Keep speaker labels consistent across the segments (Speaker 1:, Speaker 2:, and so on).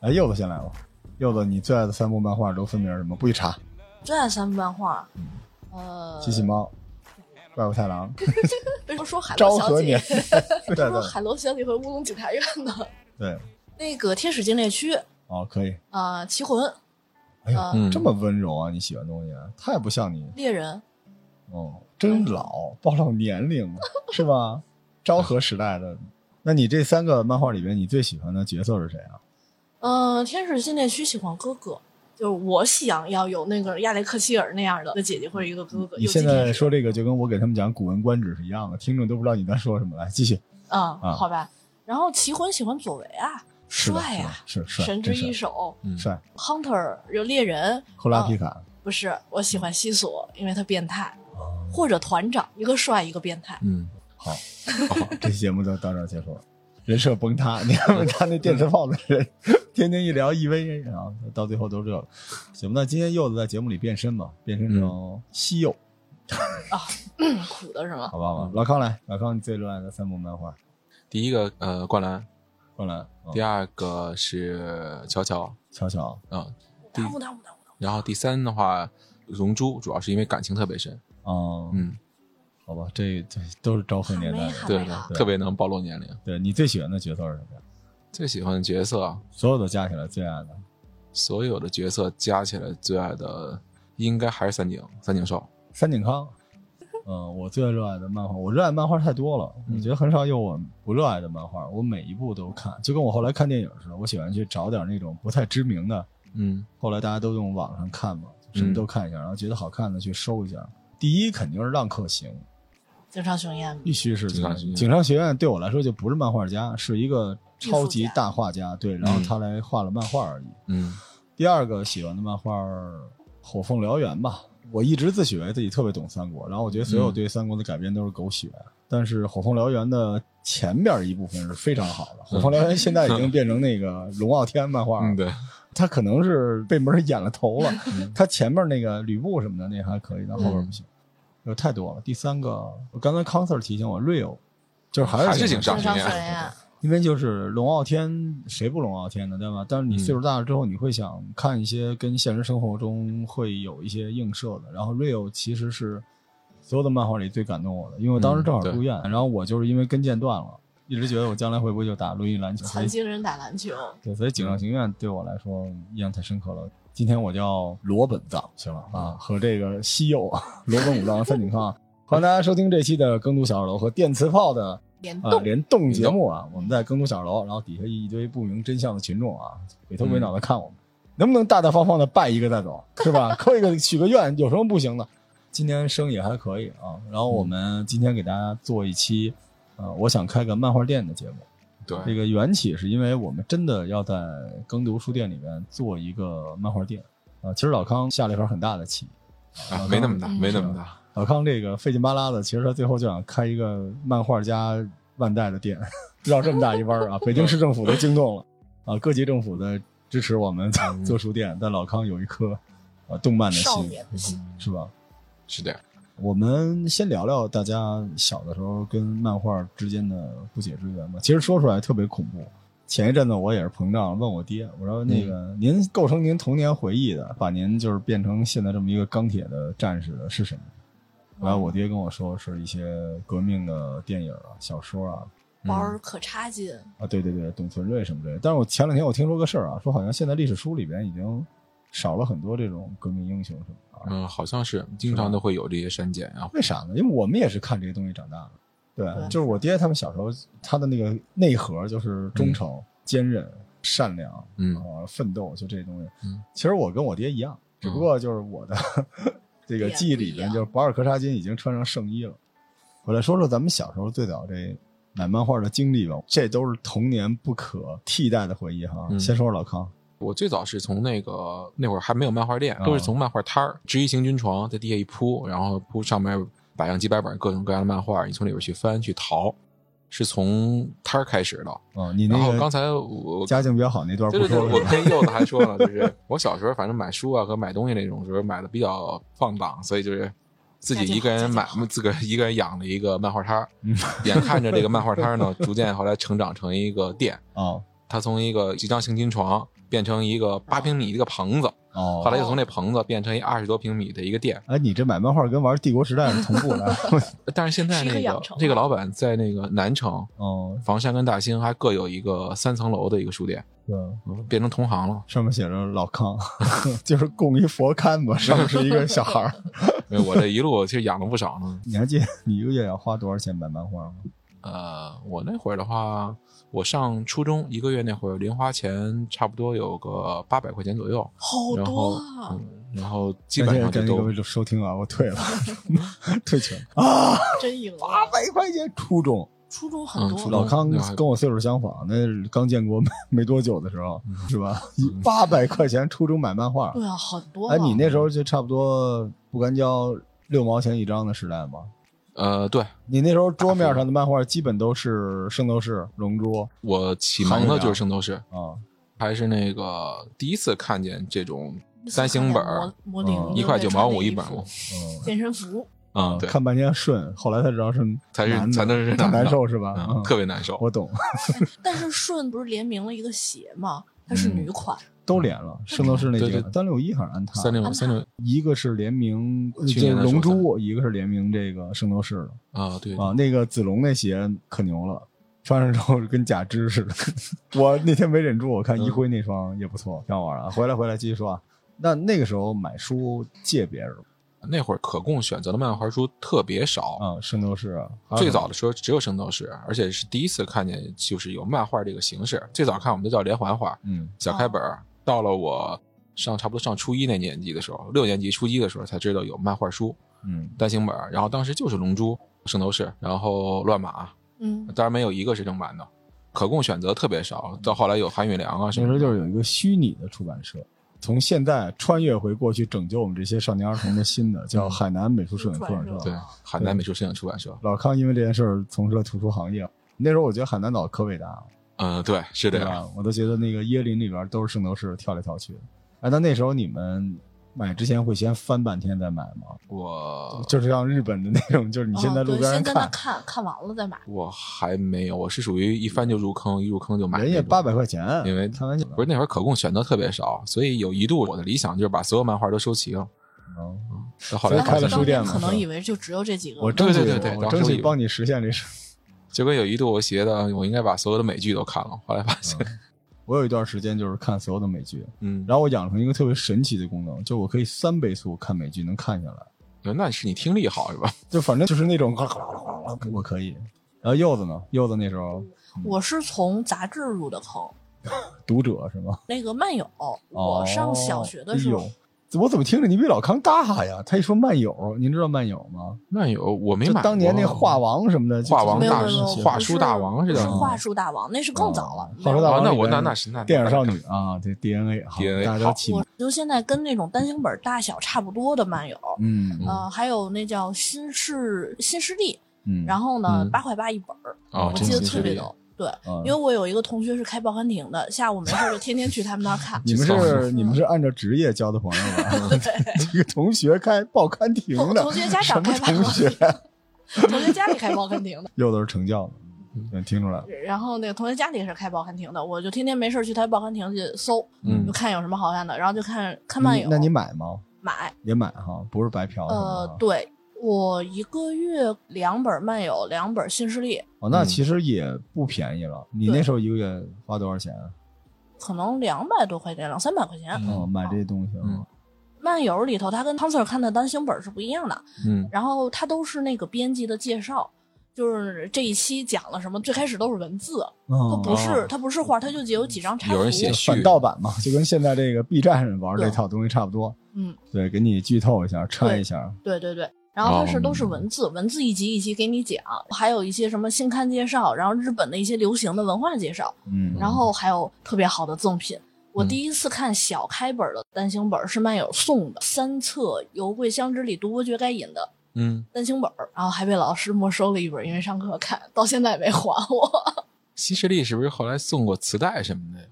Speaker 1: 哎，柚子先来吧。柚子，你最爱的三部漫画都分别是什么？不许查，
Speaker 2: 最爱三部漫画，
Speaker 1: 嗯
Speaker 2: 呃，
Speaker 1: 机器猫、怪物太郎、
Speaker 2: 为什么说海
Speaker 1: 昭
Speaker 2: 螺小
Speaker 1: 和
Speaker 2: 姐，
Speaker 1: 年？对
Speaker 2: 为什么说
Speaker 1: 对
Speaker 2: 海螺小姐和乌龙警察院呢？
Speaker 1: 对，
Speaker 2: 那个天使禁猎区
Speaker 1: 哦，可以。
Speaker 2: 啊，呃奇魂
Speaker 1: 哎呦，
Speaker 2: 啊
Speaker 3: 嗯
Speaker 1: 这么温柔啊！你喜欢的东西太不像你
Speaker 2: 猎人，
Speaker 1: 哦，真老，暴露年龄了是吧？昭和时代的，那你这三个漫画里边，你最喜欢的角色是谁啊？
Speaker 2: 呃，天使禁猎区喜欢哥哥。就是我想要有那个亚雷克希尔那样的的姐姐或者一个哥哥。
Speaker 1: 你
Speaker 2: 有
Speaker 1: 现
Speaker 2: 今天
Speaker 1: 在
Speaker 2: 是
Speaker 1: 说这个就跟我给他们讲《古文观止》是一样的，听众都不知道你在说什么。来，继续。
Speaker 2: 啊、
Speaker 1: 啊
Speaker 2: 好吧。然后奇魂喜欢佐为啊，
Speaker 1: 是的
Speaker 2: 帅呀、
Speaker 1: 是的是帅，
Speaker 2: 神之
Speaker 1: 真
Speaker 2: 一
Speaker 1: 是
Speaker 2: 手
Speaker 3: 嗯，
Speaker 1: 帅。
Speaker 2: ，Hunter 有猎人，
Speaker 1: 库拉
Speaker 2: 啊
Speaker 1: 皮卡，
Speaker 2: 不是，我喜欢西索，因为他变态，
Speaker 1: 哦
Speaker 2: 或者团长，一个帅一个变态。
Speaker 3: 嗯，
Speaker 1: 好，好，哦这期节目就到这儿结束了。人设崩塌，你看他那电磁炮的人，天天一聊 EVA，然后到最后都这个。行，那今天柚子在节目里变身吧，变身
Speaker 3: 嗯
Speaker 1: 成西柚，
Speaker 2: 嗯苦的是吗？
Speaker 1: 好不
Speaker 3: 嗯
Speaker 1: 好吧？老康来，老康你最热爱的三部漫画，
Speaker 3: 第一个呃灌篮，
Speaker 1: 过来，嗯
Speaker 3: 第二个是乔乔，
Speaker 1: 巧巧
Speaker 3: 嗯，
Speaker 2: 耽误耽误耽误。
Speaker 3: 然后第三的话，龙珠主要是因为感情特别深，
Speaker 1: 哦，
Speaker 3: 嗯，
Speaker 1: 好吧，这这都是昭和年代
Speaker 2: 好美好
Speaker 1: 的。
Speaker 3: 对
Speaker 2: 哎呀
Speaker 3: 特别能暴露年龄。
Speaker 1: 对你最喜欢的角色是什么呀？
Speaker 3: 最喜欢的角色，
Speaker 1: 所有的加起来最爱的
Speaker 3: 所有的角色加起来最爱的应该还是三井，三井寿。
Speaker 1: 三井 康。嗯，我最热爱的漫画，我热爱漫画太多了，
Speaker 3: 嗯
Speaker 1: 我觉得很少有我不热爱的漫画，我每一部都看，就跟我后来看电影似的，我喜欢去找点那种不太知名的，
Speaker 3: 嗯
Speaker 1: 后来大家都用网上看嘛，什么
Speaker 3: 嗯
Speaker 1: 都看一下，然后觉得好看的去收一下。第一肯定是《浪客行》，
Speaker 2: 经常雄彦
Speaker 1: 必须是
Speaker 3: 井上学院
Speaker 1: 井上学院对我来说就不是漫画家，是一个超级
Speaker 2: 艺术家
Speaker 1: 大画家，对，然后
Speaker 3: 嗯
Speaker 1: 他来画了漫画而已。
Speaker 3: 嗯
Speaker 1: 第二个喜欢的漫画儿《火凤燎原》吧，我一直自诩为自己特别懂三国，然后我觉得所有对三国的改编都是狗血，但是《火凤燎原》的前面一部分是非常好的，《火凤燎原》现在已经变成那个龙傲天漫画了，
Speaker 3: 嗯，对，
Speaker 1: 他可能是被门儿掩了头 了。他前面那个吕布什么的那还可以，但后边不行，有太多了。第三个，我刚才康 Sir 提醒我，Real 就是还是
Speaker 3: 还是井
Speaker 2: 经
Speaker 3: 上
Speaker 2: 常
Speaker 3: 学
Speaker 2: 雄
Speaker 3: 院
Speaker 2: 彦，
Speaker 1: 因为就是龙傲天，谁不龙傲天呢？对吧？但是你
Speaker 3: 嗯
Speaker 1: 岁数大了之后，你会想看一些跟现实生活中会有一些映射的。然后 Rio 其实是所有的漫画里最感动我的，因为我当时正好
Speaker 3: 嗯对
Speaker 1: 住院，然后我就是因为跟腱断了，一直觉得我将来会不会就打轮椅篮球？所
Speaker 2: 残
Speaker 1: 以
Speaker 2: 疾人打篮球，
Speaker 1: 对，所以井上行院对我来说印象太深刻了。今天我叫罗本藏，行了啊，和这个西柚 啊，罗本武藏三井康，啊欢迎大家收听这期的耕读小二楼和电磁炮的。
Speaker 2: 联
Speaker 1: 啊，
Speaker 2: 动
Speaker 1: 联动节目啊，我们在耕读小楼，然后底下一堆不明真相的群众啊，鬼头鬼脑的看我们，能不能大大方方的拜一个再走，是吧？磕一个许个愿，有什么不行的？今天生意还可以啊，然后我们今天给大家做一期，呃，我想开个漫画店的节目。这
Speaker 3: 对，
Speaker 1: 个缘起是因为我们真的要在耕读书店里面做一个漫画店啊、其实老康下了一盘很大的棋，
Speaker 3: 啊，没那么大，没那么大，
Speaker 1: 老康这个费劲巴拉的，其实他最后就想开一个漫画家万代的店， 绕这么大一弯儿啊！北京市政府都惊动了啊，各级政府的支持我们做书店，但老康有一颗啊动漫的嗯
Speaker 2: 少
Speaker 1: 心，
Speaker 2: 年的心。
Speaker 1: 是吧？
Speaker 3: 是这样。
Speaker 1: 我们先聊聊大家小的时候跟漫画之间的不解之缘吧。其实说出来特别恐怖。前一阵子我也是膨胀，问我爹，我说那个、您构成您童年回忆的，把您就是变成现在这么一个钢铁的战士的是什么？然后我爹跟我说是一些革命的电影啊、小说啊，
Speaker 3: 嗯
Speaker 2: 保尔可差劲，
Speaker 1: 啊，对对对，董存瑞什么之类的。但是我前两天我听说个事儿啊，说好像现在历史书里边已经少了很多这种革命英雄什么的啊。
Speaker 3: 嗯，好像是经常都会有这些删减啊，
Speaker 1: 为啥呢？因为我们也是看这些东西长大的。对，
Speaker 2: 对
Speaker 1: 就是我爹他们小时候，他的那个内核就是忠诚、坚韧、善良，
Speaker 3: 嗯
Speaker 1: 啊、奋斗，就这些东西。
Speaker 3: 嗯
Speaker 1: 其实我跟我爹一样，只不过就是我的、 这个记忆里
Speaker 2: 不一
Speaker 1: 边，
Speaker 2: 样
Speaker 1: 就是保尔·柯察金已经穿上圣衣了。我来说说咱们小时候最早这买漫画的经历吧，这都是童年不可替代的回忆哈。
Speaker 3: 嗯
Speaker 1: 先说说老康，
Speaker 3: 我最早是从那个那会儿还没有漫画店
Speaker 1: 啊，
Speaker 3: 都是从漫画摊儿，直一行军床，在地下一铺，然后铺上面摆上几百本各种各样的漫画，你从里边去翻去淘，是从摊儿开始的。
Speaker 1: 啊、你
Speaker 3: 然
Speaker 1: 那
Speaker 3: 后
Speaker 1: 个
Speaker 3: 刚才我
Speaker 1: 家境比较好那段
Speaker 3: 对
Speaker 1: 不
Speaker 3: 对对，
Speaker 1: 说
Speaker 3: 我
Speaker 1: 了，
Speaker 3: 跟柚子还说呢，就是我小时候反正买书啊和买东西那种时候买的比较放荡，所以就是自己一个人买
Speaker 2: 家境好，
Speaker 3: 自个儿一个人养
Speaker 1: 嗯
Speaker 3: 了一个漫画摊儿，眼看着这个漫画摊儿呢逐渐后来成长成一个店，
Speaker 1: 啊、
Speaker 3: 他从一个几张行军床变成一个八平米的一个棚子，
Speaker 1: 哦
Speaker 3: 后来又从这棚子变成一二十多平米的一个店。
Speaker 1: 哎，你这买漫画跟玩《帝国时代》是同步的
Speaker 3: 但是现在
Speaker 2: 是一个
Speaker 3: 那
Speaker 2: 养
Speaker 3: 个
Speaker 2: 成
Speaker 3: 这个老板在那个南城
Speaker 1: 哦，
Speaker 3: 房山跟大兴还各有一个三层楼的一个书店，嗯
Speaker 1: 对，
Speaker 3: 变成同行了。
Speaker 1: 上面写着老康， 就是供一佛龛吧，上面是一个小孩儿。
Speaker 3: 因为我这一路其实养了不少呢。
Speaker 1: 你还记得你一个月要花多少钱买漫画吗？
Speaker 3: 呃，我那会儿的话，我上初中一个月那会儿，零花钱差不多有个八百块钱左右，
Speaker 2: 好
Speaker 3: 然
Speaker 2: 哦多
Speaker 3: 后、
Speaker 2: 啊！
Speaker 3: 嗯，然后基本上
Speaker 1: 感
Speaker 3: 就
Speaker 1: 谢各
Speaker 3: 都
Speaker 1: 位收听啊，我退了， 退群啊，
Speaker 2: 真赢了。
Speaker 1: 八百块钱初中。
Speaker 2: 初中很
Speaker 3: 嗯初
Speaker 2: 多
Speaker 1: 老
Speaker 3: 中
Speaker 1: 康
Speaker 3: 那还
Speaker 1: 跟我岁数相仿，那是刚建国没没多久的时候，是吧？
Speaker 3: 嗯
Speaker 1: 八百块钱初中买漫画，
Speaker 2: 对啊，很多
Speaker 1: 哎，
Speaker 2: 了。
Speaker 1: 你那时候就差不多不干交六毛钱一张的时代吗？
Speaker 3: 呃，对
Speaker 1: 你那时候桌面上的漫画基本都是《圣斗士》《龙珠》
Speaker 3: 我启蒙的就是圣斗士，
Speaker 1: 啊，
Speaker 3: 还是那个第一次看见这种
Speaker 2: 那
Speaker 3: 三星本儿，
Speaker 2: 模模拟
Speaker 3: 一块九毛五一本
Speaker 2: 服，
Speaker 1: 嗯
Speaker 2: 健身服
Speaker 3: 嗯，对，
Speaker 1: 看半天顺，后来才知道是
Speaker 3: 才是
Speaker 1: 男的
Speaker 3: 才能是
Speaker 1: 很
Speaker 3: 男的
Speaker 1: 难受是吧？
Speaker 3: 嗯，特别难受。
Speaker 1: 我懂，
Speaker 2: 但是顺不是联名了一个鞋嘛？它是
Speaker 1: 嗯
Speaker 2: 女款，
Speaker 1: 都连了，《圣斗士》那几
Speaker 3: 对
Speaker 1: 个
Speaker 3: 对
Speaker 1: 三六一还是安踏，
Speaker 3: 啊三六三六
Speaker 1: 一个是联名呃就
Speaker 3: 去
Speaker 1: 是
Speaker 3: 年的
Speaker 1: 龙
Speaker 3: 时候
Speaker 1: 珠，一个是联名这个《圣斗士》的。
Speaker 3: 啊，对，
Speaker 1: 啊，那个子龙那鞋可牛了，穿上之后跟假肢似的。 我那天没忍住，我
Speaker 3: 嗯
Speaker 1: 看一辉那双也不错，挺好玩啊。回来回来继续说啊。那那个时候买书借别人
Speaker 3: 那会儿可供选择的漫画书特别少，
Speaker 1: 啊，圣斗士啊
Speaker 3: 最早的时候只有圣斗士，而且是第一次看见就是有漫画这个形式。最早看我们都叫连环画、
Speaker 1: 嗯
Speaker 3: 小开本儿，到了我上差不多上初一那年级的时候，六年级初一的时候才知道有漫画书
Speaker 1: 嗯
Speaker 3: 单行本儿，然后当时就是龙珠、圣斗士，然后乱码，
Speaker 2: 嗯，
Speaker 3: 当然没有一个是正版的，可供选择特别少。到后来有韩宇良啊什
Speaker 1: 那时
Speaker 3: 么
Speaker 1: 候
Speaker 3: 的，
Speaker 1: 就是有一个虚拟的出版社。从现在穿越回过去，拯救我们这些少年儿童的新的叫海南美术摄影出版社。
Speaker 2: 出版社
Speaker 3: 嗯对海南美术摄影出版社，
Speaker 1: 老康因为这件事儿从事了图书行业。那时候我觉得海南岛可伟大了，
Speaker 3: 嗯，对，是这
Speaker 1: 对啊
Speaker 3: 样。
Speaker 1: 吧？我都觉得那个椰林里边都是圣斗士跳来跳去的。哎，那那时候你们买之前会先翻半天再买吗？
Speaker 3: 我
Speaker 1: 就是像日本的那种，就是你
Speaker 2: 哦
Speaker 1: 先在路
Speaker 2: 对
Speaker 1: 边上
Speaker 2: 先在那
Speaker 1: 看，
Speaker 2: 看看完了再买。
Speaker 3: 我还没有，我是属于一翻就入坑，一入坑就买那种。
Speaker 1: 人家八百块钱，
Speaker 3: 因为
Speaker 1: 开玩笑的，
Speaker 3: 不是那会儿可供选择特别少，所以有一度我的理想就是把所有漫画都收齐了。
Speaker 1: 哦
Speaker 3: 到后
Speaker 1: 所
Speaker 3: 来
Speaker 1: 以
Speaker 3: 发
Speaker 1: 开了
Speaker 3: 现
Speaker 1: 书店嘛
Speaker 2: 可能
Speaker 1: 是吧
Speaker 2: 以为就只有这几个。
Speaker 1: 我争取
Speaker 3: 对对对对
Speaker 1: 我
Speaker 3: 当
Speaker 1: 争
Speaker 3: 时我
Speaker 1: 取
Speaker 3: 以为
Speaker 1: 帮你实现这事。
Speaker 3: 结果有一度我觉得我应该把所有的美剧都看了，后来发现，
Speaker 1: 我有一段时间就是看所有的美剧，
Speaker 3: 嗯，
Speaker 1: 然后我养成一个特别神奇的功能，就我可以三倍速看美剧，能看下来。
Speaker 3: 后那是你听力好是吧？
Speaker 1: 就反正就是那种，我可以。然后柚子呢？柚子那时候
Speaker 2: 我是从杂志入的坑，
Speaker 1: 读者是吗？
Speaker 2: 那个漫友，
Speaker 1: 哦
Speaker 2: 我上小学的时
Speaker 1: 哎
Speaker 2: 候
Speaker 1: 呦怎么我怎么听着你比老康大呀？他一说漫友，您知道漫友吗？
Speaker 3: 漫游我没
Speaker 1: 就
Speaker 3: 买过。
Speaker 1: 当年那画王什么的，就
Speaker 3: 画王
Speaker 2: 没有
Speaker 3: 大
Speaker 2: 没有
Speaker 3: 师
Speaker 2: 没有
Speaker 3: 画
Speaker 2: 不
Speaker 3: 书
Speaker 2: 是
Speaker 3: 大王是
Speaker 2: 不
Speaker 3: 叫
Speaker 2: 是
Speaker 3: 什么
Speaker 2: 画书大王，那是更早了。
Speaker 1: 画书大
Speaker 3: 哦
Speaker 1: 王，
Speaker 3: 那我那那是那
Speaker 1: 电影少女啊，这 DNA 好
Speaker 3: DNA
Speaker 1: 大家都起
Speaker 2: 我就现在跟那种单行本大小差不多的漫友，
Speaker 1: 嗯
Speaker 3: 嗯
Speaker 2: 呃，还有那叫新世新势力，
Speaker 1: 嗯，
Speaker 2: 然后呢
Speaker 3: 嗯
Speaker 2: 八块八一本儿，
Speaker 3: 哦
Speaker 2: 我
Speaker 3: 真
Speaker 2: 记得
Speaker 3: 新
Speaker 2: 特
Speaker 3: 势
Speaker 2: 别
Speaker 3: 力嗯
Speaker 2: 懂。对，
Speaker 1: 后。
Speaker 2: 因为我有一个同学是开报刊亭的，下午没事儿就天天去他们那儿看
Speaker 1: 你们是你们是按照职业交的朋友 吧？ 这个同学开报刊亭
Speaker 2: 同
Speaker 1: 的，
Speaker 2: 同学家
Speaker 1: 什
Speaker 2: 长
Speaker 1: 么
Speaker 2: 开报
Speaker 1: 同学？
Speaker 2: 同学家里开报刊亭的，
Speaker 1: 柚子是成教的，嗯，听出来了。
Speaker 2: 然后那个同学家里是开报刊亭的，我就天天没事儿去他报刊亭去搜，
Speaker 3: 嗯
Speaker 2: 就看有什么好看的，然后就看看漫友。
Speaker 1: 那你买吗？
Speaker 2: 买？
Speaker 1: 也买哈，不是白嫖什么
Speaker 2: 呃
Speaker 1: 的啊，。
Speaker 2: 对我一个月两本漫友，两本新势力，
Speaker 1: 哦，那
Speaker 3: 嗯
Speaker 1: 其实也不便宜了。你那时候一个月花多少钱啊？
Speaker 2: 可能两百多块钱，两三百块钱。
Speaker 1: 哦，
Speaker 3: 嗯
Speaker 1: 买这些东西啊。
Speaker 3: 嗯
Speaker 2: 漫友里头，它跟汤 Sir 看的单行本是不一样的，
Speaker 3: 嗯
Speaker 2: 然后它都是那个编辑的介绍，就是这一期讲了什么，最开始都是文字，它
Speaker 1: 哦
Speaker 2: 嗯不是、
Speaker 3: 哦
Speaker 2: 它不是画，它就只有几张插图。
Speaker 3: 有人写
Speaker 1: 反盗版嘛，就跟现在这个 B 站玩这
Speaker 2: 对
Speaker 1: 套东西差不多。
Speaker 2: 嗯，
Speaker 1: 对，给你剧透一下，拆一下。
Speaker 2: 对对对。然后它是
Speaker 3: 哦
Speaker 2: 都是文字，文字一集一集给你讲，还有一些什么新刊介绍，然后日本的一些流行的文化介绍，
Speaker 1: 嗯，
Speaker 2: 然后还有特别好的赠品。我
Speaker 3: 嗯
Speaker 2: 第一次看小开本的单行本是漫友送的，三册《由桂香之里独播觉该引》的
Speaker 3: 嗯，
Speaker 2: 单行本，然后还被老师没收了一本，因为上课看到现在也没还我。
Speaker 3: 新势力是不是后来送过磁带什么的呀？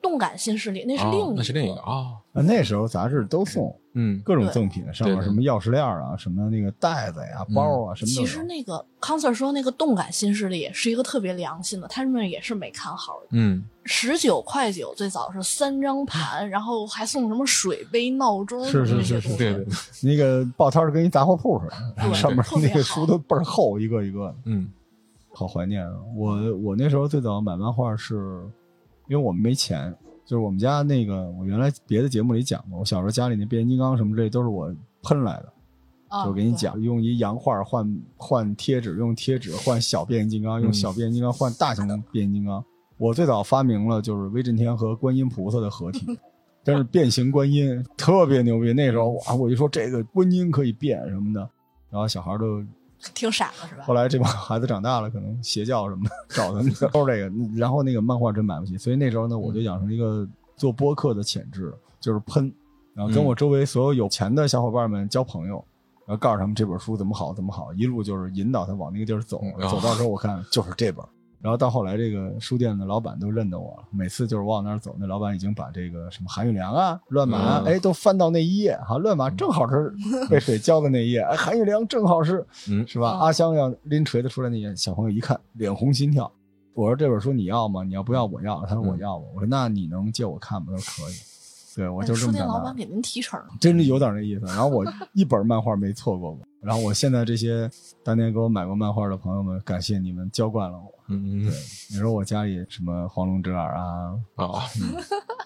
Speaker 2: 动动感新势力》，那是
Speaker 3: 哦
Speaker 2: 另一个，
Speaker 3: 那是另一个啊，
Speaker 1: 啊，那时候杂志都送
Speaker 3: 嗯，
Speaker 1: 各种
Speaker 2: 对
Speaker 1: 赠品，上面
Speaker 3: 对嗯
Speaker 1: 什么钥匙链儿啊，什么那个袋子呀、包啊，什么都
Speaker 2: 其
Speaker 1: 有
Speaker 2: 实那个康 Sir 说那个动感新势力是一个特别良心的，他们也是没看好的。
Speaker 3: 嗯，
Speaker 2: 十九块九最早是三张盘，然后还送什么水杯、闹钟
Speaker 1: 是是
Speaker 2: 这
Speaker 1: 是
Speaker 2: 些
Speaker 1: 是
Speaker 2: 东西
Speaker 3: 对对，对
Speaker 1: 那个报摊儿跟一杂货铺似的，
Speaker 2: 对
Speaker 1: 上面
Speaker 2: 特别
Speaker 1: 那个
Speaker 2: 好
Speaker 1: 书都倍儿厚，一个一个的，
Speaker 3: 嗯
Speaker 1: 好怀念啊！我我那时候最早买漫画是，因为我们没钱，就是我们家那个我原来别的节目里讲过，我小时候家里那变形金刚什么这些都是我喷来的，
Speaker 2: 啊，
Speaker 1: 就我给你
Speaker 2: 对，
Speaker 1: 讲，用一洋画换换贴纸，用贴纸换小变形金刚，用
Speaker 3: 嗯
Speaker 1: 小变形金刚换大型变形金刚。我最早发明了就是威震天和观音菩萨的合体，但是变形观音特别牛逼。那时候哇，我就说这个观音可以变什么的，然后小孩儿都
Speaker 2: 挺傻的是吧
Speaker 1: 后？来这帮孩子长大了，可能邪教什么的找他们都是这个， 然后那个漫画真买不起，所以那时候呢，我就养成了一个做播客的潜质，就是喷，然后跟
Speaker 3: 嗯
Speaker 1: 我周围所有有钱的小伙伴们交朋友，然后告诉他们这本书怎么好怎么好，一路就是引导他往那个地儿走，
Speaker 3: 嗯
Speaker 1: 走到时候我看就是这本。然后到后来，这个书店的老板都认得我了。每次就是往那儿走，那老板已经把这个什么韩玉良啊、乱马啊，
Speaker 3: 嗯
Speaker 1: 哎，都翻到那一页哈。乱马正好是被水浇的那一页，哎，韩玉良正好是
Speaker 3: 嗯
Speaker 1: 是吧？
Speaker 2: 嗯
Speaker 1: 阿香要拎锤子出来那眼，小朋友一看脸红心跳。我说这本书你要吗？你要不要？我要。他说我要吧。我说那你能借我看吗？他说可以。对，我就这
Speaker 2: 书
Speaker 1: 么
Speaker 2: 店
Speaker 1: 想
Speaker 2: 哎老
Speaker 1: 的
Speaker 2: 板。给您提成，
Speaker 1: 真是有点那意思。然后我一本漫画没错过过。然后我现在这些当年给我买过漫画的朋友们，感谢你们浇灌了我。
Speaker 3: 嗯嗯
Speaker 1: 你说我家里什么黄龙之耳啊，
Speaker 3: 啊，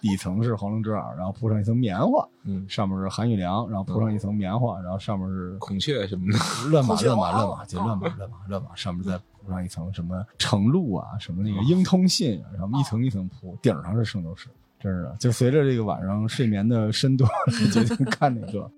Speaker 1: 底层是黄龙之耳，然后铺上一层棉花，
Speaker 3: 嗯，
Speaker 1: 上面是韩玉良，然后铺上一层棉花，然后上面是
Speaker 3: 孔雀什么的，
Speaker 1: 乱码
Speaker 2: 孔雀
Speaker 1: 乱码
Speaker 3: 啊
Speaker 2: 王
Speaker 1: 乱码，就 乱码乱码乱码，上面再铺上一层什么程璐啊，什么那
Speaker 3: 嗯
Speaker 1: 个英通信啊，然后一层一层铺，顶上是圣斗士，真是的。就随着这个晚上睡眠的深度， 你决定看哪个。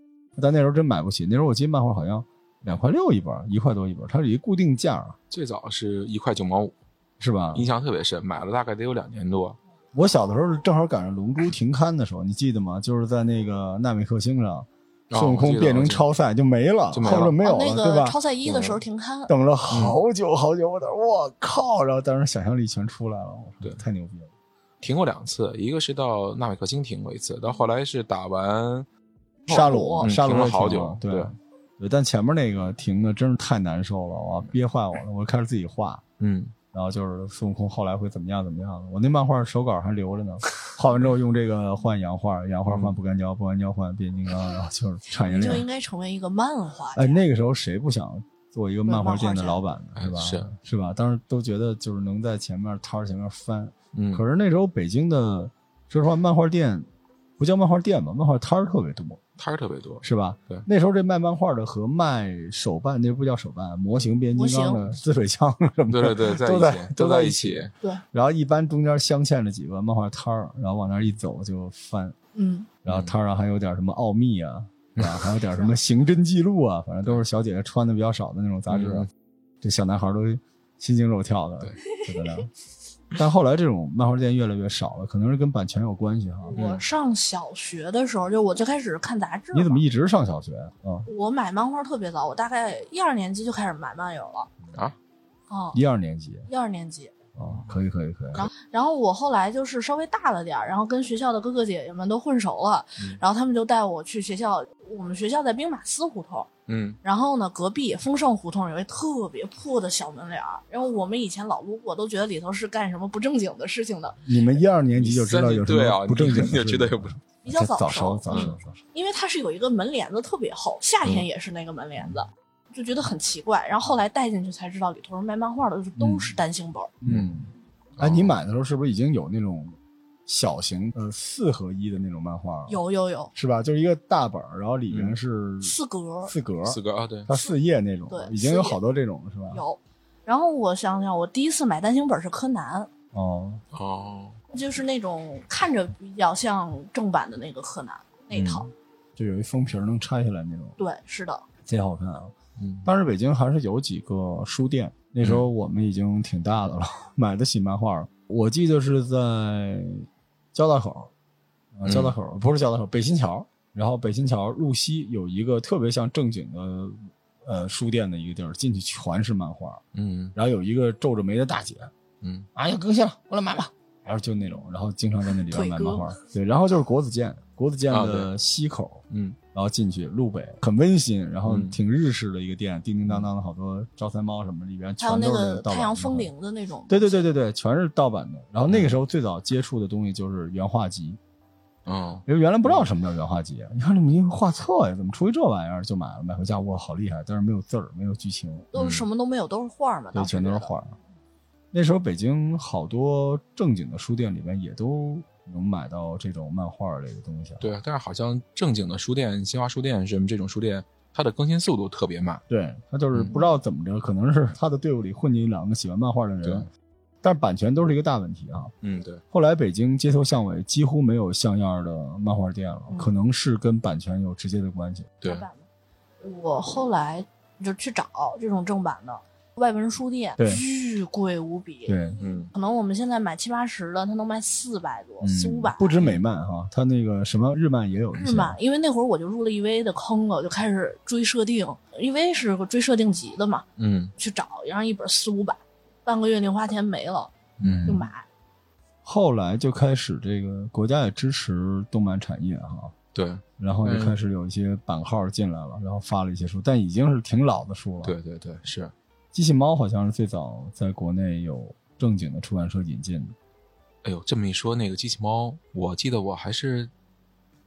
Speaker 1: 但那时候真买不起，那时候我记得漫画好像两块六一本，一块多一本，它是一固定价儿，
Speaker 3: 最早是一块九毛五，
Speaker 1: 是吧？
Speaker 3: 印象特别深，买了大概得有两年多，
Speaker 1: 我小的时候正好赶上《龙珠》停刊的时候，你记得吗？就是在那个纳米克星上，
Speaker 3: 哦
Speaker 1: 孙悟
Speaker 3: 我
Speaker 1: 空
Speaker 3: 记得
Speaker 1: 变成
Speaker 3: 我记得
Speaker 1: 超赛就没了，
Speaker 3: 就没了
Speaker 1: 后来没有
Speaker 2: 哦
Speaker 1: 了，
Speaker 2: 那
Speaker 1: 对吧嗯
Speaker 2: 个？超赛一的时候停刊，
Speaker 1: 等
Speaker 3: 嗯
Speaker 1: 了好久好久，我等我靠，然后当时想象力全出来了，我说
Speaker 3: 对
Speaker 1: 太牛逼了。
Speaker 3: 停过两次，一个是到纳米克星停过一次，到后来是打完
Speaker 1: 沙
Speaker 3: 嗯
Speaker 1: 鲁，沙鲁
Speaker 3: 停了
Speaker 1: 也
Speaker 3: 好
Speaker 1: 挺
Speaker 3: 久
Speaker 1: 好对
Speaker 3: 对
Speaker 1: 对，但前面那个停的真是太难受了，哇，憋坏我了，我开始自己画，
Speaker 3: 嗯
Speaker 1: 然后就是孙悟空后来会怎么样怎么样的，我那漫画手稿还留着呢，画完之后用这个换洋画，洋画换
Speaker 3: 嗯
Speaker 1: 不干胶，不干胶换变形金刚，然后 就是产业
Speaker 2: 您就
Speaker 1: 链
Speaker 2: 应。该成为一个漫画
Speaker 1: 哎，
Speaker 2: 家。
Speaker 1: 那个时候谁不想做一个漫画店的
Speaker 2: 对漫画家
Speaker 1: 老板呢？
Speaker 3: 哎
Speaker 1: 是吧？
Speaker 3: 是
Speaker 1: 是吧？当时都觉得就是能在前面摊儿前面翻，
Speaker 3: 嗯，
Speaker 1: 可是那时候北京的，说实话，漫画店不叫漫画店吧，漫画摊儿特别多，
Speaker 3: 摊儿特别多，
Speaker 1: 是吧？
Speaker 3: 对
Speaker 1: 那时候这卖漫画的和卖手办，那不叫手办，模型变形金刚
Speaker 2: 模
Speaker 1: 的滋水枪什么的，
Speaker 3: 对对对，在
Speaker 1: 都
Speaker 3: 一
Speaker 1: 在
Speaker 3: 起，都在
Speaker 1: 一
Speaker 3: 一。起，
Speaker 2: 对，
Speaker 1: 然后一般中间镶嵌着几个漫画摊儿，然后往那儿一走就翻，
Speaker 2: 嗯，
Speaker 1: 然后摊儿上还有点什么奥秘啊，是吧？还有点什么刑侦记录啊，反正都是小姐姐穿的比较少的那种杂志啊
Speaker 3: 嗯，
Speaker 1: 这小男孩都心惊肉跳的
Speaker 3: 对，
Speaker 1: 就在那。但后来这种漫画店越来越少了，可能是跟版权有关系哈。
Speaker 2: 我上小学的时候，就我最开始看杂志嘛。
Speaker 1: 你怎么一直上小学啊？
Speaker 2: 我买漫画特别早，我大概一二年级就开始买漫游了。
Speaker 3: 啊？
Speaker 2: 哦，
Speaker 1: 一二年级
Speaker 2: 一二年级。
Speaker 1: 啊，可以可以可以。
Speaker 2: 然后，然后我后来就是稍微大了点儿，然后跟学校的哥哥姐姐们都混熟了，
Speaker 3: 嗯
Speaker 2: 然后他们就带我去学校。我们学校在兵马司胡同，
Speaker 3: 嗯
Speaker 2: 然后呢，隔壁丰盛胡同有一特别破的小门脸儿，然后我们以前老路过，都觉得里头是干什么不正经的事情的。
Speaker 1: 你们一二年级就知道有什
Speaker 3: 对啊，
Speaker 1: 么不正经的
Speaker 3: 你
Speaker 1: 事情，
Speaker 3: 就知道有不
Speaker 2: 比较
Speaker 1: 早
Speaker 2: 早
Speaker 1: 熟
Speaker 2: 熟
Speaker 1: 早熟
Speaker 3: 嗯
Speaker 1: 早熟。
Speaker 2: 因为它是有一个门帘子特别厚，夏天也是那个门帘子，就觉得很奇怪。然后后来带进去才知道，里头是卖漫画的，就是都是单行本儿。
Speaker 1: 嗯，哎，你买的时候是不是已经有那种小型呃四合一的那种漫画了？
Speaker 2: 有有有，
Speaker 1: 是吧？就是一个大本儿，然后里面
Speaker 3: 嗯
Speaker 1: 是
Speaker 2: 四格儿
Speaker 1: 四格，
Speaker 3: 四个啊，对，
Speaker 1: 它四页那种，
Speaker 2: 对
Speaker 1: 已经有
Speaker 2: 四页
Speaker 1: 好多这种了是吧？
Speaker 2: 有。然后我想想，我第一次买单行本是柯南，
Speaker 1: 哦，
Speaker 3: 哦，
Speaker 2: 就是那种看着比较像正版的那个柯南
Speaker 1: 嗯
Speaker 2: 那一套。
Speaker 1: 就有一封皮儿能拆下来那种，
Speaker 2: 对，是的，
Speaker 1: 贼好看啊！
Speaker 3: 嗯，
Speaker 1: 当时北京还是有几个书店，那时候我们已经挺大的了， 买得起漫画了。我记得是在交道口，啊，
Speaker 3: 嗯
Speaker 1: 交道口、不是交道口，北新桥。然后北新桥路西有一个特别像正经的呃书店的一个地儿，进去全是漫画。
Speaker 3: 嗯
Speaker 1: 然后有一个皱着眉的大姐，哎
Speaker 3: 嗯
Speaker 1: 啊，要更新了，过来买吧。然后就那种，然后经常在那里边
Speaker 2: 腿
Speaker 1: 买
Speaker 2: 哥
Speaker 1: 漫画。对，然后就是国子监，国子监
Speaker 3: 啊
Speaker 1: 的
Speaker 3: 对
Speaker 1: 西口，
Speaker 3: 嗯，
Speaker 1: 然后进去路北很温馨，然后
Speaker 3: 嗯
Speaker 1: 挺日式的一个店，叮叮当当的好多招财猫什么里边
Speaker 2: 还有
Speaker 1: 全
Speaker 2: 那
Speaker 1: 都是
Speaker 2: 个
Speaker 1: 盗版
Speaker 2: 太
Speaker 1: 的啊
Speaker 2: 阳风。铃的那种，
Speaker 1: 对对对对对，全是盗版的。然后那个时候最早接触的东西就是原画集，
Speaker 3: 嗯，
Speaker 1: 因为原来不知道什么叫原画集，啊你看这么一个画册呀，怎么出一这玩意儿就买了，买回家哇好厉害，但是没有字儿，没有剧情，
Speaker 2: 都是什么都没有，啊都是画儿嘛，
Speaker 1: 嗯对，
Speaker 2: 当时
Speaker 1: 全都是
Speaker 2: 觉得
Speaker 1: 画儿。那时候北京好多正经的书店里面也都能买到这种漫画类的东西啊。
Speaker 3: 对。但是好像正经的书店，新华书店什么这种书店，它的更新速度特别慢。
Speaker 1: 对他就是
Speaker 3: 嗯
Speaker 1: 不知道怎么着，可能是他的队伍里混进两个喜欢漫画的
Speaker 3: 对
Speaker 1: 人，但是版权都是一个大问题啊。
Speaker 3: 嗯，对，
Speaker 1: 后来北京街头巷尾几乎没有像样的漫画店了，
Speaker 2: 嗯
Speaker 1: 可能是跟版权有直接的关系。
Speaker 3: 对
Speaker 2: 正，版的。我后来就去找这种正版的外文书店
Speaker 1: 对，
Speaker 2: 巨贵无比。
Speaker 1: 对，
Speaker 3: 嗯，
Speaker 2: 可能我们现在买七八十的，它能卖四百多、
Speaker 1: 嗯
Speaker 2: 四五百。
Speaker 1: 不止美漫哈，他那个什么日漫也有一
Speaker 2: 日
Speaker 1: 些。
Speaker 2: 漫，因为那会儿我就入了 EVA 的坑了，我就开始追设定，EVA 是个追设定集的嘛，
Speaker 3: 嗯，
Speaker 2: 去找，然后一本四五百，半个月零花钱没了
Speaker 3: 嗯，
Speaker 2: 就买。
Speaker 1: 后来就开始这个国家也支持动漫产业哈，
Speaker 3: 对，
Speaker 1: 然后就
Speaker 3: 嗯
Speaker 1: 开始有一些版号进来了，然后发了一些书，但已经是挺老的书了。
Speaker 3: 对，对，对，是，
Speaker 1: 机器猫好像是最早在国内有正经的出版社引进的。
Speaker 3: 哎呦，这么一说，那个机器猫，我记得我还是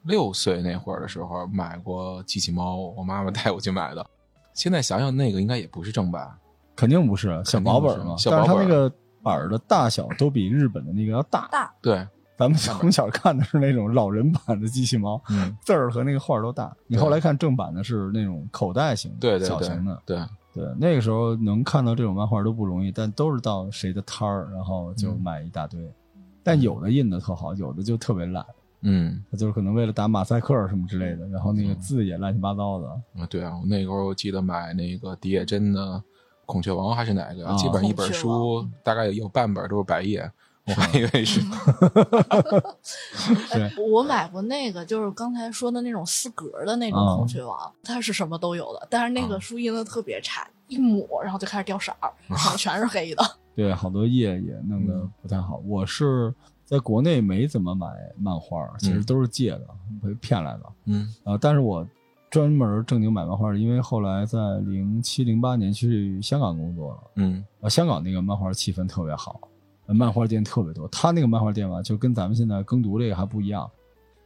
Speaker 3: 六岁那会儿的时候买过机器猫，我妈妈带我去买的。现在想想，那个应该也不是正版，
Speaker 1: 肯定不是小
Speaker 3: 肯定
Speaker 1: 薄
Speaker 3: 不
Speaker 1: 本
Speaker 3: 是
Speaker 1: 嘛，
Speaker 3: 小
Speaker 1: 但是
Speaker 3: 薄
Speaker 1: 它那
Speaker 3: 本
Speaker 1: 个本儿的大小都比日本的那个要 大。
Speaker 2: 大哎
Speaker 3: 对，
Speaker 1: 咱们从小看的是那种老人版的机器猫，
Speaker 3: 嗯，
Speaker 1: 字儿和那个画儿都大。你
Speaker 3: 对
Speaker 1: 后来看正版的是那种口袋型的、
Speaker 3: 对对
Speaker 1: 小
Speaker 3: 对
Speaker 1: 型的，，
Speaker 3: 对，
Speaker 1: 对，那个时候能看到这种漫画都不容易，但都是到谁的摊儿，然后就
Speaker 3: 嗯
Speaker 1: 买一大堆。但有的印的特好，有的就特别烂，
Speaker 3: 嗯，
Speaker 1: 他就是可能为了打马赛克什么之类的，然后那个字也乱七八糟的。
Speaker 3: 啊对啊，我那个时候我记得买那个狄野真的《孔雀王》还是哪个，
Speaker 1: 啊
Speaker 3: 基本上一本
Speaker 2: 孔
Speaker 3: 书大概也有半本都是白页，我还以为是，
Speaker 2: 哎，我买过那个，就是刚才说的那种四格的那种
Speaker 1: 啊
Speaker 2: 孔雀王，它是什么都有的，但是那
Speaker 3: 啊
Speaker 1: 嗯
Speaker 2: 个书印的特别差，一抹然后就开始掉色 儿，然后全是黑的。
Speaker 1: 对，好多页也弄得不太好。我是在国内没怎么买漫画，其实都是借的，被骗来的。
Speaker 3: 嗯
Speaker 1: 啊、但是我专门正经买漫画，因为后来在零七零八年去香港工作了，
Speaker 3: 嗯
Speaker 1: 啊，香港那个漫画气氛特别好，呃漫画店特别多。他那个漫画店吧，就跟咱们现在耕读这个还不一样，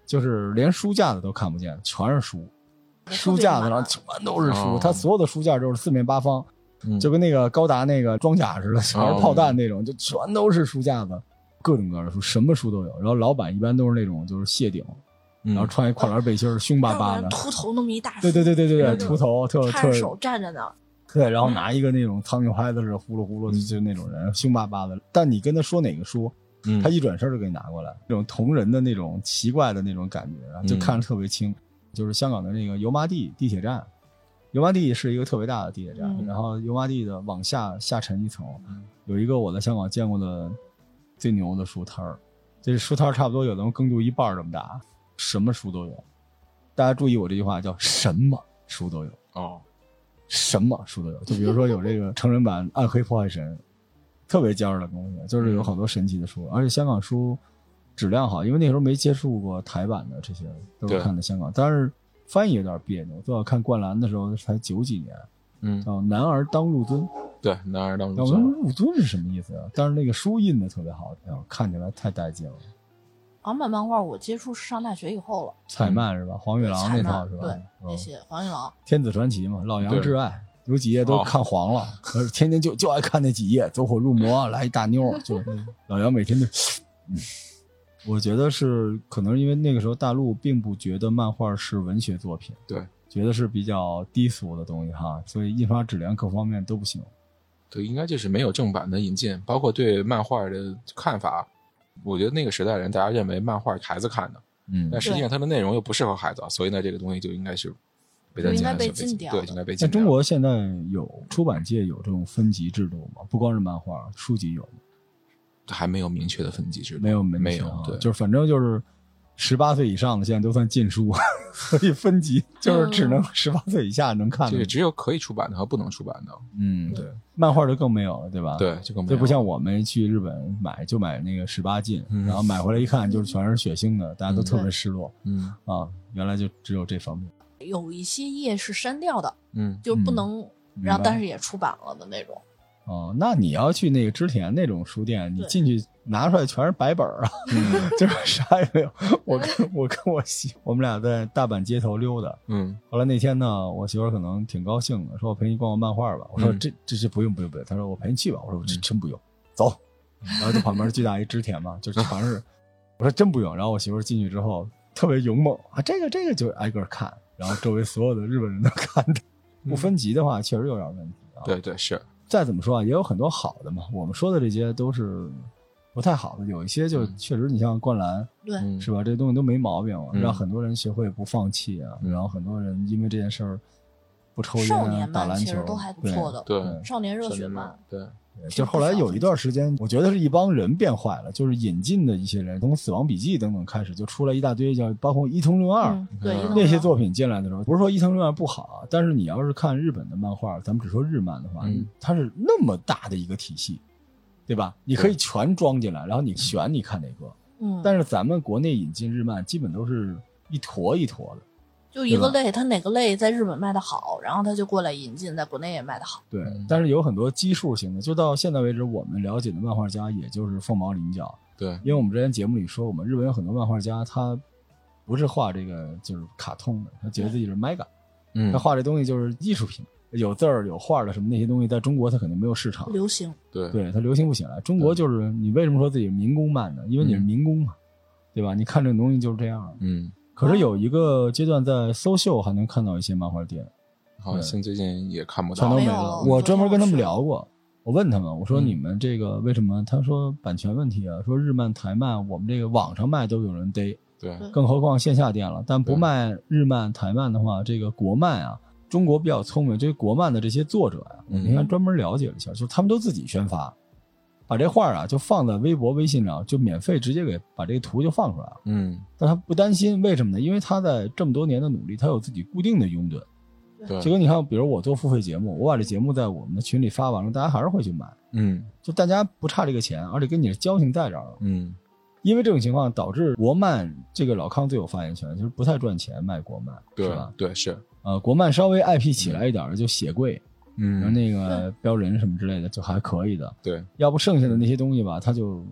Speaker 1: 就是连书架子都看不见，全是书。 书架子上全都是书
Speaker 3: 哦，
Speaker 1: 他所有的书架都是四面八方，
Speaker 3: 嗯，
Speaker 1: 就跟那个高达那个装甲似的，全
Speaker 3: 哦
Speaker 1: 是炮弹那种，就全都是书架子，各种各样的书，什么书都有。然后老板一般都是那种就是谢顶，
Speaker 3: 然
Speaker 1: 然后穿一跨栏背心儿，凶巴
Speaker 2: 要不
Speaker 1: 巴
Speaker 2: 然
Speaker 1: 的，
Speaker 2: 秃头那么一大
Speaker 1: 对对对对对对，
Speaker 3: 嗯
Speaker 1: 秃头特
Speaker 2: 插着
Speaker 1: 特
Speaker 2: 手站在那儿，
Speaker 1: 对，然后拿一个那种苍蝇拍子似的呼噜呼噜，
Speaker 3: 嗯
Speaker 1: 就是那种人，凶巴巴的。但你跟他说哪个书，
Speaker 3: 嗯
Speaker 1: 他一转身就给你拿过来，那种同人的那种奇怪的那种感觉，然后就
Speaker 3: 嗯
Speaker 1: 看着特别清。就是香港的那个油麻地地铁站，油麻地是一个特别大的地铁站，
Speaker 2: 嗯
Speaker 1: 然后油麻地的往下下沉一层，有一个我在香港见过的最牛的书摊儿，这书摊儿差不多有能耕读一半儿这么大，什么书都有。大家注意我这句话，叫什么书都有。
Speaker 3: 哦，
Speaker 1: 什么书都有，就比如说有这个成人版《暗黑破坏 神》，特别尖儿的东西，就是有好多神奇的书，而且香港书质量好，因为那时候没接触过台版的这些，都是
Speaker 3: 对
Speaker 1: 看的香港，但是翻译有点别扭。最早看《灌篮》的时候才九几年，
Speaker 3: 嗯，
Speaker 1: 叫《男儿当入樽》，
Speaker 3: 对，男儿当
Speaker 1: 那
Speaker 3: 入
Speaker 1: 我说
Speaker 3: 樽，
Speaker 1: 入樽是什么意思啊？但是那个书印的特别好，哎呦看起来太带劲了。
Speaker 2: 嗯港版漫画我接触是上大学以后了，
Speaker 1: 蔡漫是吧？黄玉郎那套是吧？
Speaker 2: 对
Speaker 1: 嗯
Speaker 2: 那些黄玉郎，
Speaker 1: 天子传奇嘛，老杨
Speaker 3: 对
Speaker 1: 挚爱，有几页都看黄了，可是天天就就爱看那几页，走火入魔，来一大妞儿， 就老杨每天都。嗯我觉得是可能因为那个时候大陆并不觉得漫画是文学作品，
Speaker 3: 对，
Speaker 1: 觉得是比较低俗的东西哈，所以印刷质量各方面都不行。
Speaker 3: 对，应该就是没有正版的引进，包括对漫画的看法。我觉得那个时代人，大家认为漫画是孩子看的，
Speaker 1: 嗯
Speaker 3: 但，实际上它的内容又不适合孩子，啊所以呢，这个东西就应该是被咱
Speaker 2: 就应该
Speaker 3: 禁
Speaker 2: 被
Speaker 3: 是
Speaker 2: 禁掉
Speaker 3: 对，
Speaker 2: 的
Speaker 3: 应该被禁
Speaker 1: 在
Speaker 3: 掉。
Speaker 1: 中国现在有出版界有这种分级制度吗？不光是漫画，书籍有吗
Speaker 3: 还没有明确的分级制度，
Speaker 1: 没有啊
Speaker 3: 没
Speaker 1: 有
Speaker 3: 有，对，
Speaker 1: 就是反正就是十八岁以上的现在都算禁书， 所以分级
Speaker 2: 嗯
Speaker 1: 就是只能十八岁以下能看
Speaker 3: 就
Speaker 1: 的
Speaker 3: 是。只有可以出版的和不能出版的，
Speaker 1: 嗯，对，漫画就更没有了，对吧？，
Speaker 3: 对，这个没
Speaker 1: 就
Speaker 3: 有
Speaker 1: 不像我们去日本买就买那个十八禁，
Speaker 3: 嗯
Speaker 1: 然后买回来一看就是全是血腥的，大家都特别失落、
Speaker 3: 嗯
Speaker 1: 啊。原来就只有这方面，
Speaker 2: 有一些页是删掉的，
Speaker 3: 嗯
Speaker 2: 就不能，
Speaker 1: 明白
Speaker 2: 然后但是也出版了的那种。
Speaker 1: 哦，那你要去那个织田那种书店，你
Speaker 2: 对
Speaker 1: 进去拿出来全是白本儿啊， 就是啥也没有。我跟我跟我媳，我们俩在大阪街头溜达。
Speaker 3: 嗯
Speaker 1: 后来那天呢，我媳妇儿可能挺高兴的，说我陪你逛逛漫画吧。我说
Speaker 3: 嗯
Speaker 1: 这这这不用不用不用，她说我陪你去吧。我说我这
Speaker 3: 嗯
Speaker 1: 真不用，走。然后就旁边巨大一织田嘛， 就是全是。我说真不用。然后我媳妇儿进去之后特别勇猛啊，这个这个就挨个看，然后周围所有的日本人都 看她。不分级的话，确实有点问题啊。
Speaker 3: 对对是，
Speaker 1: 再怎么说啊，也有很多好的嘛。我们说的这些都是不太好的，有一些就
Speaker 3: 嗯
Speaker 1: 确实，你像灌篮、
Speaker 2: 对，
Speaker 3: 嗯
Speaker 1: 是吧？这东西都没毛病，
Speaker 3: 嗯
Speaker 1: 让很多人学会不放弃啊，
Speaker 3: 嗯
Speaker 1: 然后很多人因为这件事儿不抽烟、
Speaker 2: 少
Speaker 1: 啊、
Speaker 2: 年
Speaker 1: 打
Speaker 2: 漫
Speaker 1: 篮
Speaker 2: 其
Speaker 1: 球
Speaker 2: 实都还不错的，
Speaker 3: 对
Speaker 1: 对
Speaker 2: 少年热
Speaker 3: 少
Speaker 2: 血嗯
Speaker 3: 年
Speaker 2: 漫
Speaker 3: 漫，对
Speaker 1: 对就后来有一段时间，我觉得是一帮人变坏了，就是引进的一些人，从《死亡笔记》等等开始，就出来一大堆叫包括伊藤润二。
Speaker 2: 嗯，对，
Speaker 3: 嗯
Speaker 2: 一等
Speaker 1: 那些
Speaker 2: 奖
Speaker 1: 作品进来的时候，不是说伊藤润二不好啊，但是你要是看日本的漫画，咱们只说日漫的话，
Speaker 3: 嗯
Speaker 1: 它是那么大的一个体系，对吧？你可以全装进来，然后你选你看哪个。
Speaker 2: 嗯，
Speaker 1: 但是咱们国内引进日漫，基本都是一坨一坨的。
Speaker 2: 就一
Speaker 1: 对
Speaker 2: 个
Speaker 1: 吧
Speaker 2: 类，它哪个类在日本卖的好，然后他就过来引进，在国内也卖的好。
Speaker 1: 对
Speaker 3: 嗯，
Speaker 1: 但是有很多基数型的，就到现在为止，我们了解的漫画家也就是凤毛麟角。
Speaker 3: 对，
Speaker 1: 因为我们之前节目里说，我们日本有很多漫画家，他不是画这个就是卡通的，他觉得自己是 mega，
Speaker 3: 嗯
Speaker 1: 他画这东西就是艺术品，有字儿有画的什么那些东西，在中国它肯定没有市场，
Speaker 2: 流行，
Speaker 3: 对
Speaker 1: 对它流行不起来。中国就是你为什么说自己是民工漫呢？因为你是
Speaker 3: 嗯
Speaker 1: 民工嘛，对吧？你看这种东西就是这样。
Speaker 3: 嗯，
Speaker 1: 可是有一个阶段，在搜秀还能看到一些漫画店，
Speaker 3: 好像最近也看不
Speaker 1: 嗯全
Speaker 3: 到
Speaker 1: 都
Speaker 3: 了，
Speaker 1: 没
Speaker 2: 没有
Speaker 1: 了。
Speaker 2: 了
Speaker 1: 我
Speaker 2: 我
Speaker 1: 专门跟他们
Speaker 2: 昨天
Speaker 1: 聊过，我问他们，我说
Speaker 3: 嗯
Speaker 1: 你们这个为什么？他说版权问题啊，说日漫、台漫，我们这个网上卖都有人逮，
Speaker 3: 对
Speaker 2: 对
Speaker 1: 更何况线下店了。但不
Speaker 3: 嗯对
Speaker 1: 卖日漫、台漫的话，这个国漫啊，中国比较聪明，这些国漫的这些作者呀、我
Speaker 3: 嗯
Speaker 1: 那天专门了解了一下，就是他们都自己宣发，把这画啊就放在微博、微信上，就免费直接给把这个图就放出来了。
Speaker 3: 嗯
Speaker 1: 但他不担心，为什么呢？因为他在这么多年的努力，他有自己固定的拥趸。
Speaker 3: 对
Speaker 1: 就跟你看，比如我做付费节目，我把这节目在我们的群里发完了，大家还是会去买，
Speaker 3: 嗯
Speaker 1: 就大家不差这个钱，而且跟你的交情在这儿了。
Speaker 3: 嗯
Speaker 1: 因为这种情况导致国漫这个老康最有发言权，就是不太赚钱卖国漫，
Speaker 3: 对
Speaker 1: 是吧？
Speaker 3: 对是，
Speaker 1: 呃，国漫稍微 IP 起来一点儿的就血贵，然后
Speaker 3: 嗯
Speaker 1: 那个标人什么之类的就还可以的，
Speaker 3: 对
Speaker 1: 要不剩下的那些东西吧，它就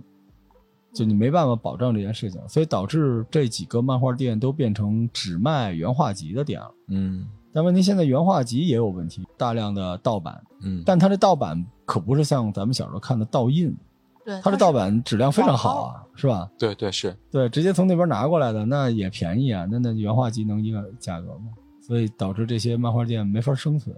Speaker 1: 就你没办法保障这件事情，所以导致这几个漫画店都变成只卖原画集的店了。
Speaker 3: 嗯
Speaker 1: 但问题现在原画集也有问题，大量的盗版，
Speaker 3: 嗯
Speaker 1: 但它这盗版可不是像咱们小时候看的盗印，
Speaker 2: 对，
Speaker 1: 它这
Speaker 2: 它是
Speaker 1: 盗版质量非常好啊，是吧？
Speaker 3: 对对是，
Speaker 1: 对，直接从那边拿过来的，那也便宜啊，那那原画集能一个价格吗？所以导致这些漫画店没法生存。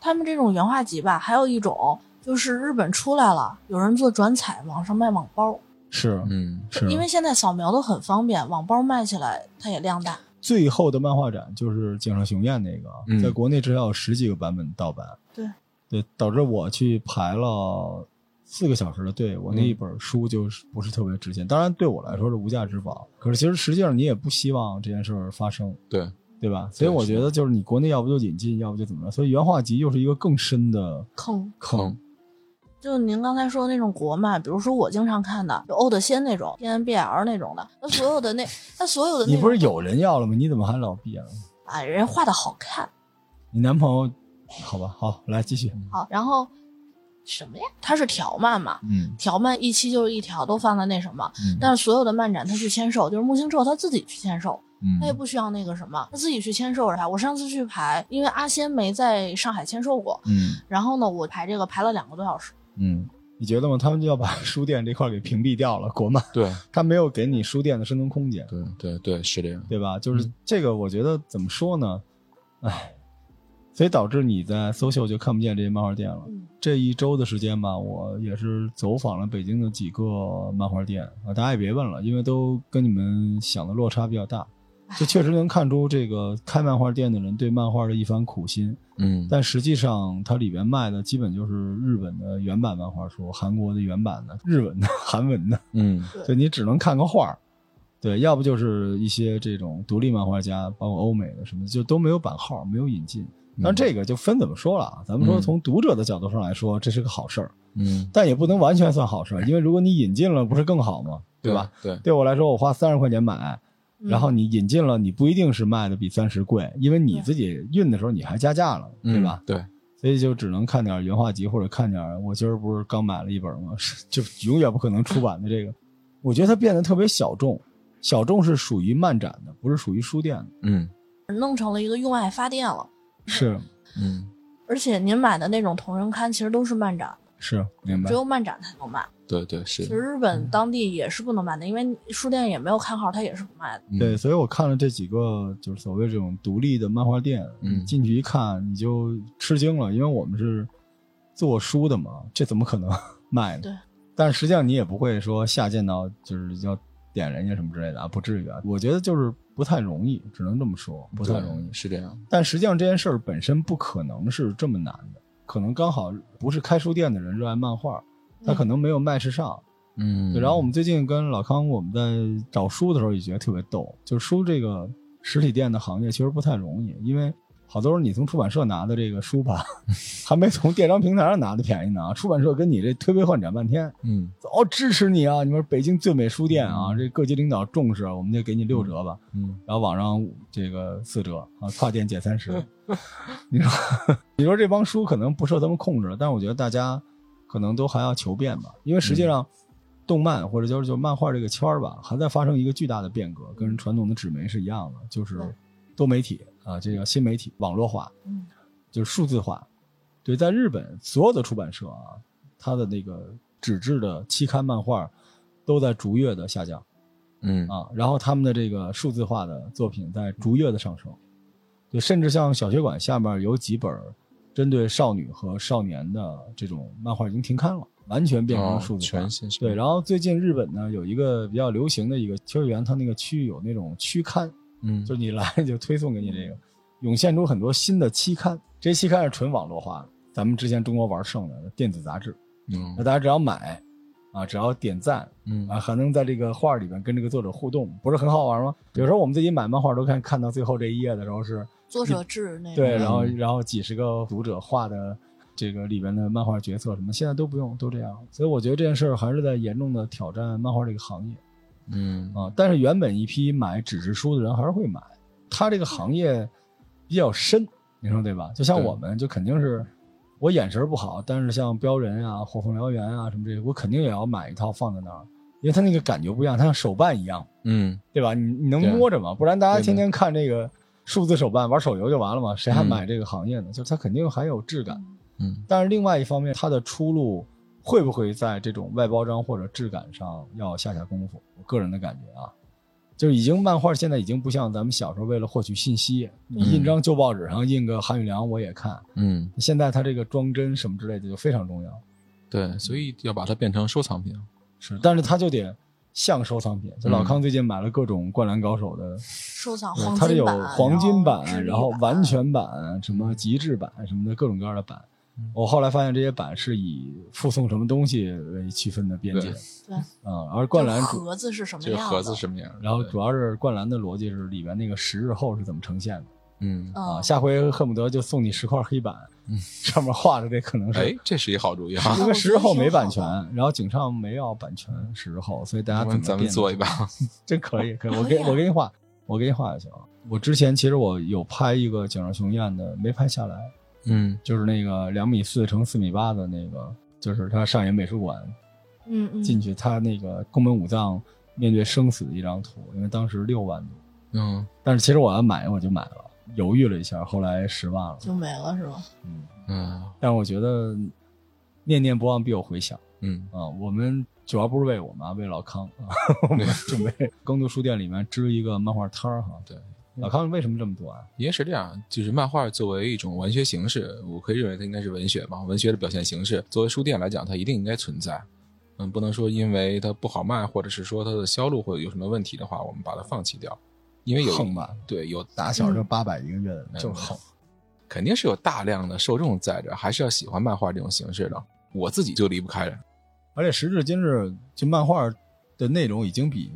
Speaker 2: 他们这种原画集吧，还有一种就是日本出来了，有人做转采，网上卖网包，
Speaker 1: 是，
Speaker 3: 嗯
Speaker 1: 是
Speaker 2: 因为现在扫描都很方便，网包卖起来它也量大。
Speaker 1: 最后的漫画展就是井上雄彦那个，
Speaker 3: 嗯
Speaker 1: 在国内至少有十几个版本盗版。
Speaker 2: 对
Speaker 1: 对，导致我去排了四个小时的队，我那
Speaker 3: 嗯
Speaker 1: 一本书就是不是特别值钱。当然对我来说是无价之宝，可是其实实际上你也不希望这件事儿发生，
Speaker 3: 对
Speaker 1: 对吧？所以我觉得就是你国内要不就引进，要不就怎么着。所以原画集又是一个更深的
Speaker 2: 坑，
Speaker 1: 坑。
Speaker 2: 就您刚才说的那种国漫，比如说我经常看的，有欧德仙那种，T N B L 那种的，那所有的那，那所有的
Speaker 1: 你
Speaker 2: 那种，
Speaker 1: 不是有人要了吗？你怎么还老避啊？
Speaker 2: 啊，人家画的好看，
Speaker 1: 你男朋友？好吧，好，来继续。
Speaker 2: 好，然后什么呀？它是条漫嘛，
Speaker 1: 嗯
Speaker 2: 条漫一期就是一条，都放在那什么。
Speaker 1: 嗯
Speaker 2: 但是所有的漫展他去签售，就是木星宙他自己去签售，他也
Speaker 1: 嗯
Speaker 2: 不需要那个什么，他自己去签售排。我上次去排，因为阿仙没在上海签售过，
Speaker 1: 嗯
Speaker 2: 然后呢，我排这个排了两个多小时。
Speaker 1: 嗯，你觉得吗？他们就要把书店这块给屏蔽掉了，国漫
Speaker 3: 对
Speaker 1: 他没有给你书店的生存空间。
Speaker 3: 对嗯对对是这样，
Speaker 1: 对吧？就是这个，我觉得怎么说呢？唉，所以导致你在搜秀就看不见这些漫画店了。
Speaker 2: 嗯，
Speaker 1: 这一周的时间吧，我也是走访了北京的几个漫画店啊，大家也别问了，因为都跟你们想的落差比较大。这确实能看出这个开漫画店的人对漫画的一番苦心，
Speaker 3: 嗯
Speaker 1: 但实际上它里边卖的基本就是日本的原版漫画书、韩国的原版的、日文的、韩文的，
Speaker 3: 嗯
Speaker 2: 对
Speaker 1: 就你只能看个画儿。对，要不就是一些这种独立漫画家，包括欧美的什么的，就都没有版号，没有引进。但这个就分怎么说了啊？咱们说
Speaker 3: 嗯
Speaker 1: 从读者的角度上来说，这是个好事儿，
Speaker 3: 嗯，
Speaker 1: 但也不能完全算好事 儿，因为如果你引进了，不是更好吗？对吧？？
Speaker 3: 对，嗯
Speaker 1: 对我来说，我花三十块钱买，
Speaker 2: 嗯
Speaker 1: 然后你引进了，你不一定是卖的比三十贵，因为你自己运的时候你还加价了，对
Speaker 3: 嗯
Speaker 1: 吧？？
Speaker 3: 对，
Speaker 1: 所以就只能看点原画集，或者看点我今儿不是刚买了一本吗？ 是就永远不可能出版的这个，我觉得它变得特别小众，小众是属于漫展的，不是属于书店的。
Speaker 3: 嗯
Speaker 2: 嗯弄成了一个用爱发电了。
Speaker 1: 是
Speaker 3: 嗯，
Speaker 2: 而且您买的那种同人刊其实都是漫展，
Speaker 1: 是，
Speaker 3: 嗯
Speaker 1: 明白嗯
Speaker 2: 只。有漫展才能卖。
Speaker 3: 对对
Speaker 2: 其
Speaker 3: 是
Speaker 2: 实，日本当地也是不能卖的，因为书店也没有看号，它也是不卖的。
Speaker 3: 嗯
Speaker 1: 对，所以我看了这几个就是所谓这种独立的漫画店，
Speaker 3: 嗯
Speaker 1: 进去一看你就吃惊了，因为我们是做书的嘛，这怎么可能 卖呢？
Speaker 2: 对。
Speaker 1: 但实际上你也不会说下贱到就是要点人家什么之类的啊，不至于啊。我觉得就是不太容易，只能这么说，不太
Speaker 3: 对
Speaker 1: 容易。
Speaker 3: 是这样。
Speaker 1: 但实际上这件事儿本身不可能是这么难的，可能刚好不是开书店的人热爱漫画，他可能没有卖时尚，
Speaker 3: 嗯，
Speaker 1: 对，然后我们最近跟老康，我们在找书的时候也觉得特别逗，就是书这个实体店的行业其实不太容易，因为好多时候你从出版社拿的这个书吧， 还没从电商平台上拿的便宜呢。出版社跟你这推杯换盏半天，
Speaker 3: 嗯
Speaker 1: 哦，支持你啊！你们北京最美书店啊，这各级领导重视，啊我们就给你六折吧。
Speaker 3: 嗯
Speaker 1: 然后网上这个四折啊，跨店减三十。 你说，你说这帮书可能不受他们控制，但是我觉得大家可能都还要求变吧，因为实际上，动漫或者就是就漫画这个圈儿吧，还在发生一个巨大的变革，跟传统的纸媒是一样的，就是
Speaker 2: 嗯
Speaker 1: 多媒体啊，这个新媒体网络化，
Speaker 2: 嗯，
Speaker 1: 就是数字化。对，在日本所有的出版社啊，它的那个纸质的期刊漫画都在逐月的下降。
Speaker 3: 嗯
Speaker 1: 啊，然后他们的这个数字化的作品在逐月的上升，就甚至像小学馆下面有几本针对少女和少年的这种漫画已经停刊了，完全变成
Speaker 3: 哦
Speaker 1: 了数字化。
Speaker 3: 全新是
Speaker 1: 对，然后最近日本呢有一个比较流行的一个秋叶原，它那个区有那种区刊，
Speaker 3: 嗯
Speaker 1: 就是你来就推送给你这个，涌现出很多新的期刊，这些期刊是纯网络化的，咱们之前中国玩剩的电子杂志，
Speaker 3: 嗯
Speaker 1: 那大家只要买啊，只要点赞，
Speaker 3: 嗯
Speaker 1: 啊，还能在这个画里边跟这个作者互动，不是很好玩吗？有时候我们自己买漫画都看看到最后这一页的时候是，
Speaker 2: 作者制那种
Speaker 1: 对，然后
Speaker 3: 嗯
Speaker 1: 然后几十个读者画的这个里边的漫画角色什么，现在都不用，都这样。所以我觉得这件事儿还是在严重的挑战漫画这个行业
Speaker 3: 嗯
Speaker 1: 啊。但是原本一批买纸质书的人还是会买，他这个行业比较深，你说对吧？就像
Speaker 3: 对
Speaker 1: 我们就肯定是。我眼神不好，但是像标人啊、火凤燎原啊什么这些，我肯定也要买一套放在那儿，因为它那个感觉不一样，它像手办一样。
Speaker 3: 嗯
Speaker 1: 对吧？你你能
Speaker 3: 对
Speaker 1: 摸着吗？不然大家
Speaker 3: 对对
Speaker 1: 天天看这个数字手办、玩手游就完了嘛，谁还
Speaker 3: 嗯
Speaker 1: 买这个行业呢？就是它肯定还有质感，
Speaker 3: 嗯
Speaker 1: 但是另外一方面，它的出路会不会在这种外包装或者质感上要下下功夫？我个人的感觉啊，就是已经漫画现在已经不像咱们小时候为了获取信息，印张旧报纸上印个韩宇良我也看，
Speaker 3: 嗯，
Speaker 1: 现在它这个装帧什么之类的就非常重要。
Speaker 3: 对，所以要把它变成收藏品。啊
Speaker 1: 是，但是它就得像收藏品。就老康最近买了各种《灌篮高手》的
Speaker 2: 收藏
Speaker 1: 对
Speaker 2: 啊黄
Speaker 1: 呃嗯它是
Speaker 2: 金
Speaker 1: 有
Speaker 2: 版、
Speaker 1: 黄金版，
Speaker 2: 智力啊
Speaker 1: 然后完全版、什么极致版、什么的各种各样的版
Speaker 3: 嗯。
Speaker 1: 我后来发现这些版是以附送什么东西为区分的边界
Speaker 3: 对
Speaker 2: 对
Speaker 1: 啊，而灌篮
Speaker 2: 这
Speaker 1: 主，
Speaker 2: 盒子是什么
Speaker 3: 这
Speaker 2: 样
Speaker 3: 个
Speaker 2: 的？
Speaker 3: 盒子什么样？
Speaker 1: 然后
Speaker 3: 对
Speaker 1: 主要是灌篮的逻辑是里边那个十日后是怎么呈现的
Speaker 3: 嗯，
Speaker 1: 啊，
Speaker 2: 嗯，
Speaker 1: 下回恨不得就送你十块黑板
Speaker 3: 嗯，
Speaker 1: 上面画的这可能
Speaker 3: 哎
Speaker 1: 是。，
Speaker 3: 这是一好主意啊哈，
Speaker 1: 因为十日后没版权
Speaker 2: 哦我觉得，
Speaker 1: 然后井上没要版权十日后，所以大家
Speaker 3: 咱
Speaker 1: 怎么
Speaker 3: 们咱们
Speaker 1: 变
Speaker 3: 做一把。
Speaker 1: 真可以，可以，我
Speaker 2: 可
Speaker 1: 给
Speaker 2: 以啊
Speaker 1: 我给你画，我给你画就行。我之前其实我有拍一个井上雄彦的，没拍下来，
Speaker 3: 嗯
Speaker 1: 就是那个两米四乘四米八的那个，就是他上野美术馆
Speaker 2: 嗯嗯，
Speaker 1: 进去，他那个宫本武藏面对生死的一张图，因为当时六万多，
Speaker 3: 嗯
Speaker 1: 但是其实我要买我就买了，犹豫了一下，后来十万了，
Speaker 2: 就没了是吧？
Speaker 1: 嗯，
Speaker 3: 嗯
Speaker 1: 但是我觉得念念不忘必有回响。
Speaker 3: 嗯
Speaker 1: 啊，我们主要不是为我们啊，为老康啊， 我们准 备耕读书店里面支一个漫画摊儿哈。
Speaker 3: 对，
Speaker 1: 老康为什么这么做啊？
Speaker 3: 应该是这样，就是漫画作为一种文学形式，我可以认为它应该是文学嘛，文学的表现形式。作为书店来讲，它一定应该存在。嗯，不能说因为它不好卖，或者是说它的销路或者有什么问题的话，我们把它放弃掉。因为有
Speaker 1: 横吧，
Speaker 3: 对有
Speaker 1: 打小就八百一个月
Speaker 3: 嗯
Speaker 1: 的，就是横。
Speaker 3: 肯定是有大量的受众在这儿，还是要喜欢漫画这种形式的。我自己就离不开，
Speaker 1: 而且时至今日，就漫画的内容已经比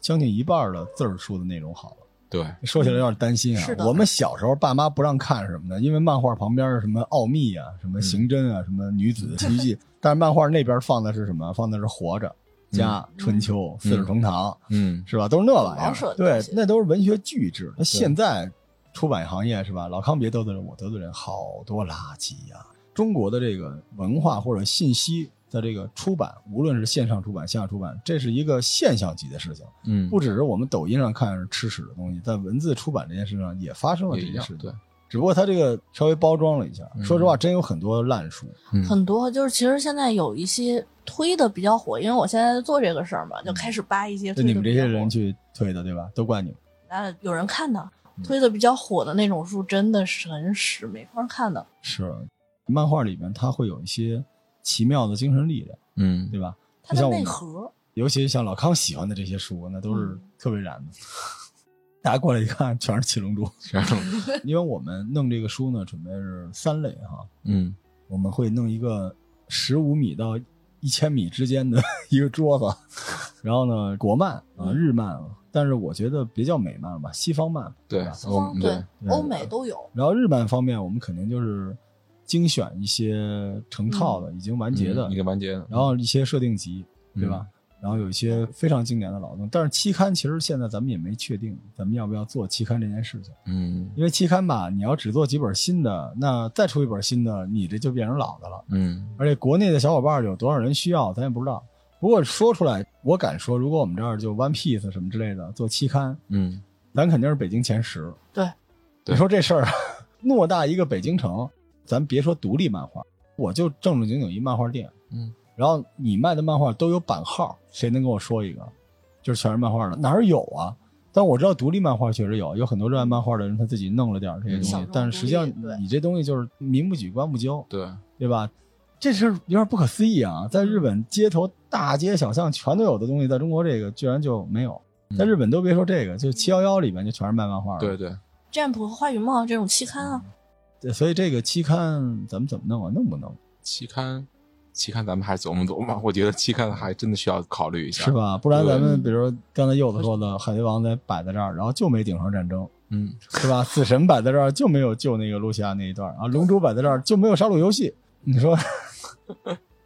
Speaker 1: 将近一半的字儿书的内容好了。
Speaker 3: 对，
Speaker 1: 说起来有点担心啊
Speaker 2: 是。的
Speaker 1: 我们小时候爸妈不让看什么的，因为漫画旁边是什么奥秘啊、什么刑侦啊、什么女子奇遇记， 但是漫画那边放的是什么？放的是活着、家、春秋、四世同堂，
Speaker 3: 嗯，
Speaker 1: 是吧？都是那玩意
Speaker 2: 老舍
Speaker 1: 儿。
Speaker 2: 的东
Speaker 1: 对
Speaker 2: 西，
Speaker 1: 那都是文学巨制。那现在出版行业是吧？老康别得罪人，我得罪人，好多垃圾呀、中国的这个文化或者信息的这个出版，无论是线上出版、线下出版，这是一个现象级的事情。
Speaker 3: 嗯，
Speaker 1: 不只是我们抖音上看是吃屎的东西，在文字出版这件事上也发生了
Speaker 3: 也
Speaker 1: 这
Speaker 3: 一
Speaker 1: 件
Speaker 3: 样
Speaker 1: 事，情
Speaker 3: 对，，
Speaker 1: 只不过它这个稍微包装了一下。
Speaker 3: 嗯
Speaker 1: 说实话，真有很多烂书，
Speaker 3: 嗯
Speaker 2: 很多就是其实现在有一些推的比较火，因为我现在在做这个事儿嘛，就开始扒一些
Speaker 1: 就
Speaker 2: 推的
Speaker 1: 嗯你
Speaker 2: 比较
Speaker 1: 们
Speaker 2: 火。
Speaker 1: 这些人去推的，对吧？都怪你们。
Speaker 2: 呃，有人看的，
Speaker 1: 嗯
Speaker 2: 推的比较火的那种书真的是很屎，没法看的。
Speaker 1: 是，漫画里面它会有一些奇妙的精神力量，
Speaker 3: 嗯，
Speaker 1: 对吧？
Speaker 2: 它
Speaker 1: 就像
Speaker 2: 的
Speaker 1: 我
Speaker 2: 内
Speaker 1: 们，哦
Speaker 2: 核，
Speaker 1: 尤其像老康喜欢的这些书，那都是
Speaker 2: 嗯
Speaker 1: 特别燃的。 大家过来一看，全是七龙 珠。
Speaker 3: 这样，
Speaker 1: 因为我们弄这个书呢，准备是三类哈，
Speaker 3: 嗯
Speaker 1: 我们会弄一个十五米到一千米之间的 一个桌子， 然后呢，国漫啊、
Speaker 2: 嗯
Speaker 1: 日漫啊，但是我觉得别叫美漫吧，西方漫。
Speaker 3: 对，
Speaker 1: 吧
Speaker 3: 我们
Speaker 2: 对
Speaker 3: 对，
Speaker 2: 欧美都有，
Speaker 1: 然后日漫方面，我们肯定就是精选一些成套的、已经完结的
Speaker 3: 嗯，一个完结的，
Speaker 1: 然后一些设定集，
Speaker 3: 嗯
Speaker 1: 对吧？然后有一些非常经典的老动，但是期刊其实现在咱们也没确定咱们要不要做期刊这件事情，
Speaker 3: 嗯
Speaker 1: 因为期刊吧，你要只做几本新的，那再出一本新的，你这就变成老的了。
Speaker 3: 嗯
Speaker 1: 而且国内的小伙伴有多少人需要，咱也不知道。不过说出来，我敢说，如果我们这儿就 One Piece 什么之类的做期刊，
Speaker 3: 嗯，
Speaker 1: 咱肯定是北京前十。
Speaker 2: 对，
Speaker 1: 你说这事儿，啊偌大一个北京城，咱别说独立漫画，我就正正经经一漫画店，
Speaker 3: 嗯，
Speaker 1: 然后你卖的漫画都有版号，谁能跟我说一个，就是全是漫画的，哪儿有啊？但我知道独立漫画确实有，有很多热爱漫画的人他自己弄了点儿这些东
Speaker 2: 小
Speaker 1: 西
Speaker 2: 众，
Speaker 1: 但是实际上
Speaker 2: 独立对
Speaker 1: 你这东西就是民不举官不究，
Speaker 3: 对，
Speaker 1: 对吧？这是有点不可思议啊！在
Speaker 2: 嗯
Speaker 1: 日本街头大街小巷全都有的东西，在中国这个居然就没有。
Speaker 3: 嗯
Speaker 1: 在日本都别说这个，就七幺幺里面就全是卖漫画的。
Speaker 3: 对对，
Speaker 2: 《占卜和花与梦》这种期刊啊，
Speaker 1: 嗯对，所以这个期刊咱们怎么弄啊？弄不弄
Speaker 3: 期刊，期刊咱们还琢磨琢磨，我觉得期刊还真的需要考虑一下，
Speaker 1: 是？吧？不然咱们
Speaker 2: 对
Speaker 1: 比如刚才柚子说的《海贼王》在摆在这儿，然后就没顶上战争，
Speaker 3: 嗯，
Speaker 1: 对吧？死神摆在这儿就没有救那个露西亚那一段啊，龙珠摆在这儿就没有杀戮游戏。你说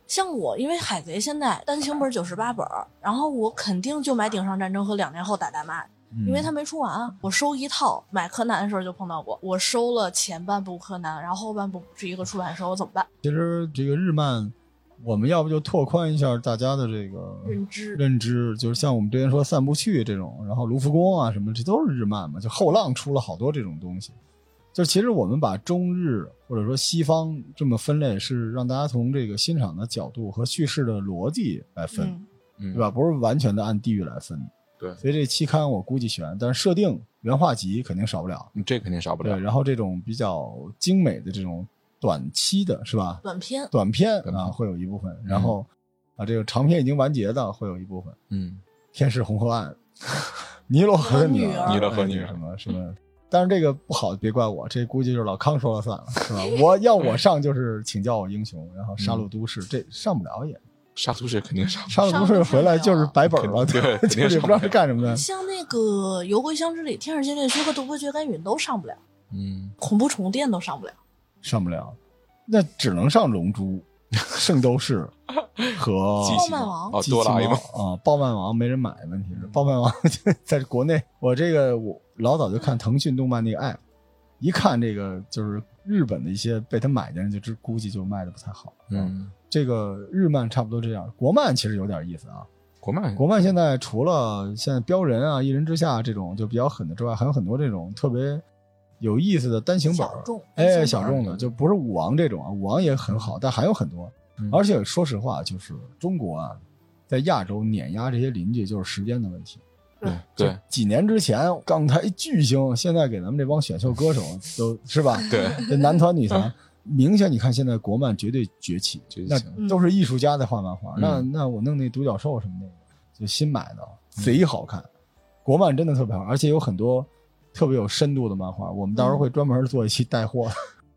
Speaker 2: 像我，因为海贼现在单行本九十八本儿，然后我肯定就买《顶上战争》和《两年后打大妈》，因
Speaker 3: 嗯
Speaker 2: 为它没出完啊。我收一套，买柯南的时候就碰到过，我收了前半部柯南，然后后半部是一个出版社，我怎么办？
Speaker 1: 其实这个日漫，我们要不就拓宽一下大家的这个
Speaker 2: 认知
Speaker 1: 认知，就是像我们之前说散步去这种，然后卢浮宫啊什么，这都是日漫嘛。就后浪出了好多这种东西。就是其实我们把中日或者说西方这么分类，是让大家从这个欣赏的角度和叙事的逻辑来分，
Speaker 2: 嗯，
Speaker 3: 嗯
Speaker 1: 对吧？？不是完全的按地域来分。
Speaker 3: 对
Speaker 1: 所以这期刊我估计选，但是设定原画集肯定少不了。
Speaker 3: 嗯这肯定少不
Speaker 1: 对，
Speaker 3: 了。
Speaker 1: 然后这种比较精美的这种短期的是吧？
Speaker 2: 短篇
Speaker 1: 短片
Speaker 3: 短
Speaker 1: 啊
Speaker 3: 片
Speaker 1: 会有一部分，然后啊这个长篇已经完结的会有一部分，
Speaker 3: 嗯
Speaker 1: 天使红河岸， 尼罗河的女
Speaker 2: 尼罗河女
Speaker 1: 儿，哎
Speaker 2: 儿尼
Speaker 3: 罗河女儿
Speaker 1: 什么什么。但是这个不好，别怪我，这估计就是老康说了算了，是 吧？我要我上就是请教我英雄，然后杀戮都市，这上不了也。
Speaker 3: 杀猪是肯定上不
Speaker 1: 杀戮都市回来就是白本了，
Speaker 3: 肯定对肯定
Speaker 1: 就是不知道是干什么的。
Speaker 2: 像那个《游归乡之里》《天使禁猎区》和《独步绝根陨》都上不了，
Speaker 3: 了。嗯，
Speaker 2: 恐怖宠物店都上不了。
Speaker 1: 上不了，那只能上龙珠、圣斗士 和
Speaker 3: 机
Speaker 2: 暴
Speaker 3: 器
Speaker 2: 漫
Speaker 3: 猫
Speaker 2: 王
Speaker 3: 哦，
Speaker 1: 机器
Speaker 3: 哆啦 A
Speaker 1: 猫
Speaker 3: 梦，
Speaker 1: 啊，暴漫王没人买，问题是暴漫王 在国内，我这个我老早就看腾讯动漫那个 app，一看这个就是日本的一些被他买的人，就知估计就卖的不太好。，
Speaker 3: 嗯，
Speaker 1: 这个日漫差不多这样，国漫其实有点意思啊。
Speaker 3: 国漫
Speaker 1: 国漫现在除了现在标人啊、一人之下这种就比较狠的之外，还有很多这种特别有意思的单行本儿
Speaker 2: 小众
Speaker 1: 哎，
Speaker 2: 单行
Speaker 1: 小
Speaker 3: 本儿
Speaker 1: 众的就不是武王这种啊，武王也很好，但还有很多。
Speaker 3: 嗯
Speaker 1: 而且说实话，就是中国啊，在亚洲碾压这些邻居就是时间的问题。
Speaker 3: 对对，
Speaker 1: 几年之前港台巨星，现在给咱们这帮选秀歌 手都是吧？
Speaker 3: 对，
Speaker 1: 这男团女
Speaker 3: 嗯
Speaker 1: 团，明显你看现在国漫绝对崛起，
Speaker 3: 崛起
Speaker 1: 那都是艺术家在画漫画。
Speaker 3: 嗯
Speaker 1: 那那我弄那独角兽什么那个，就新买的，贼好看。嗯国漫真的特别好，而且有很多特别有深度的漫画。我们到时候会 专门做一期带货的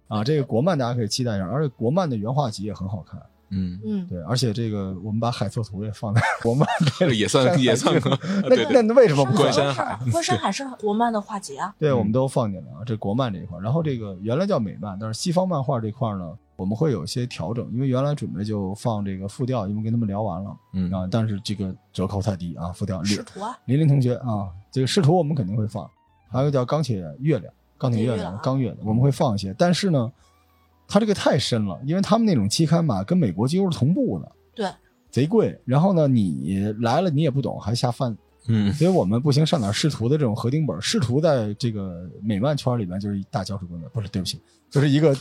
Speaker 1: 啊，这个国漫大家可以期待一下，而且国漫的原画集也很好看。
Speaker 3: 嗯，
Speaker 2: 嗯，
Speaker 1: 对，而且这个我们把海错图也放在我们把这
Speaker 3: 这
Speaker 1: 个
Speaker 3: 个也算也算个，对
Speaker 1: 那
Speaker 3: 对，
Speaker 1: 那为什么不
Speaker 3: 关
Speaker 1: 放？
Speaker 3: 山
Speaker 2: 是
Speaker 3: 海
Speaker 2: 关山海是国漫的画集啊。
Speaker 1: 对，我们都放进来啊，这国漫这一块儿。然后这个原来叫美漫，但是西方漫画这块儿呢，我们会有一些调整，因为原来准备就放这个复调，因为跟他们聊完了
Speaker 3: 嗯
Speaker 1: 啊，但是这个折扣太低啊，复调
Speaker 2: 使
Speaker 1: 林
Speaker 2: 徒啊，
Speaker 1: 林林同学啊，这个师徒我们肯定会放，还有叫钢铁月亮、钢铁月亮、啊
Speaker 2: 钢
Speaker 1: 钢月亮，我们会放一些，但是呢，它这个太深了，因为他们那种期刊吧，跟美国几乎是同步的，
Speaker 2: 对，
Speaker 1: 贼贵。然后呢，你来了你也不懂，还下饭
Speaker 3: 嗯
Speaker 1: 所以我们不行上点仕途的这种合订本，仕途在这个美漫圈里面就是一大教师工作，不是对不起，就是一个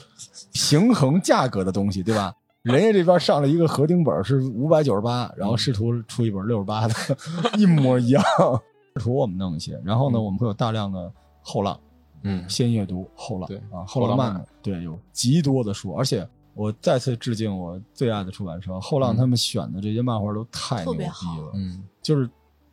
Speaker 1: 平衡价格的东西，对 吧？人家这边上了一个合订本是五百九十八，然后仕途出一本六十八的， 一模一样。 仕途我们弄一些，然后呢，
Speaker 3: 嗯
Speaker 1: 我们会有大量的后浪，
Speaker 3: 嗯
Speaker 1: 先阅读后浪，
Speaker 3: 对
Speaker 1: 啊，后浪漫对有极多的书，而且我再次致敬我最爱的出版社后浪，
Speaker 3: 嗯
Speaker 1: 他们选的这些漫画都太
Speaker 2: 特
Speaker 1: 牛逼
Speaker 2: 别
Speaker 1: 了，
Speaker 2: 好
Speaker 3: 嗯
Speaker 1: 就是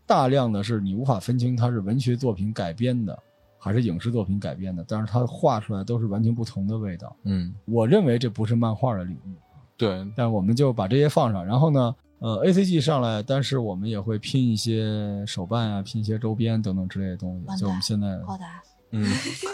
Speaker 1: 大量的是你无法分清它是文学作品改编的还是影视作品改编的，但是它画出来都是完全不同的味道。
Speaker 3: 嗯，
Speaker 1: 我认为这不是漫画的领域，
Speaker 3: 对，
Speaker 1: 但我们就把这些放上，然后呢，呃，A C G 上来，但是我们也会拼一些手办啊，拼一些周边等等之类的东
Speaker 2: 完蛋
Speaker 1: 西。就我们现在
Speaker 2: 高达，
Speaker 3: 嗯，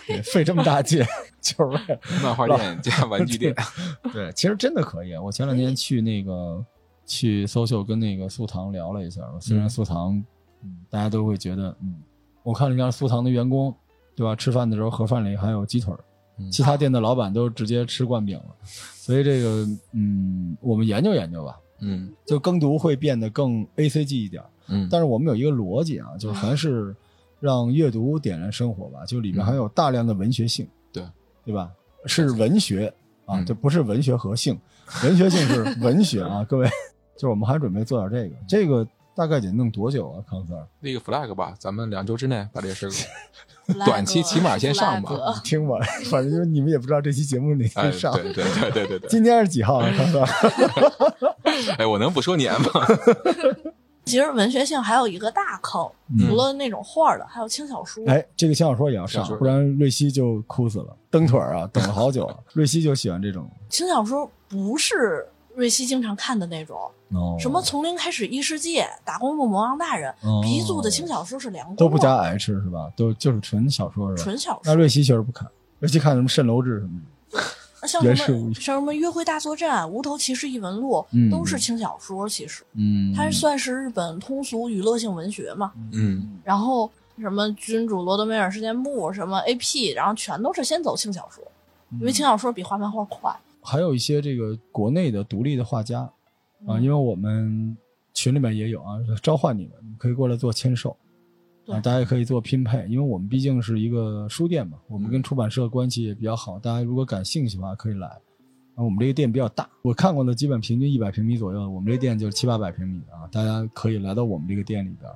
Speaker 1: 对费这么大劲， 就是为了
Speaker 3: 漫画店加玩具店，
Speaker 1: 对，其实真的可以。我前两天去那个去搜秀跟那个苏糖聊了一下，虽然
Speaker 3: 嗯
Speaker 1: 苏糖，嗯，大家都会觉得，嗯，我看了一下苏糖的员工，对吧？吃饭的时候盒饭里还有鸡腿儿，
Speaker 3: 嗯
Speaker 1: 其他店的老板都直接吃灌饼了。所以这个，嗯，我们研究研究吧。
Speaker 3: 嗯
Speaker 1: 就耕读会变得更 A C G 一点儿，
Speaker 3: 嗯，
Speaker 1: 但是我们有一个逻辑啊，就是还是让阅读点燃生活吧，就里面
Speaker 3: 嗯
Speaker 1: 还有大量的文学性，
Speaker 3: 对
Speaker 1: 对吧？是文学啊，
Speaker 3: 嗯
Speaker 1: 这不是文学和性，文学性是文学 啊，各位，就是我们还准备做点这个，这个大概得弄多久啊，康 Sir？
Speaker 3: 立个 flag 吧，咱们两周之内把这 个事儿，
Speaker 2: flag
Speaker 3: 短期起码先上吧
Speaker 2: flag
Speaker 1: 听吧，反正因为你们也不知道这期节目哪
Speaker 3: 呃哎，
Speaker 1: 天上，
Speaker 3: 对对对对对对，
Speaker 1: 今天是几号啊，康 Sir？
Speaker 3: 哎，我能不说年吗？
Speaker 2: 其实文学性还有一个大坑，
Speaker 1: 嗯
Speaker 2: 除了那种画儿的，还有轻小说。
Speaker 1: 哎，这个轻小说也要
Speaker 3: 小
Speaker 1: 上
Speaker 3: 说，
Speaker 1: 不然瑞希就哭死了，蹬腿儿啊，等了好久啊，瑞希就喜欢这种。
Speaker 2: 轻小说不是瑞希经常看的那种，
Speaker 1: 哦
Speaker 2: 什么从零开始异世界、打工的魔王大人，
Speaker 1: 哦
Speaker 2: 鼻祖的轻小说是梁公，
Speaker 1: 都不加 H 是吧？都就是纯小说是吧？
Speaker 2: 纯小
Speaker 1: 那
Speaker 2: 说。
Speaker 1: 瑞希确实不看，瑞希看什么《蜃楼志》什么的。
Speaker 2: 那像
Speaker 1: 原
Speaker 2: 什
Speaker 1: 始无
Speaker 2: 么像什么约会大作战、无头骑士异闻录
Speaker 1: 嗯，
Speaker 2: 都是轻小说。其实
Speaker 1: 嗯
Speaker 2: 它算是日本通俗娱乐性文学嘛。
Speaker 3: 嗯
Speaker 2: 然后什么君主罗德梅尔事件簿，什么 AP，然后全都是先走轻小说，
Speaker 1: 嗯
Speaker 2: 因为轻小说比画漫画快。
Speaker 1: 还有一些这个国内的独立的画家啊，因为
Speaker 2: 嗯
Speaker 1: 我们群里面也有啊，召唤你们，你可以过来做签售。
Speaker 2: 对
Speaker 1: 啊，大家也可以做拼配，因为我们毕竟是一个书店嘛，我们
Speaker 2: 嗯
Speaker 1: 跟出版社关系也比较好。大家如果感兴趣的话，可以来。啊，我们这个店比较大，我看过的基本平均一百平米左右，我们这店就是七八百平米啊。大家可以来到我们这个店里边，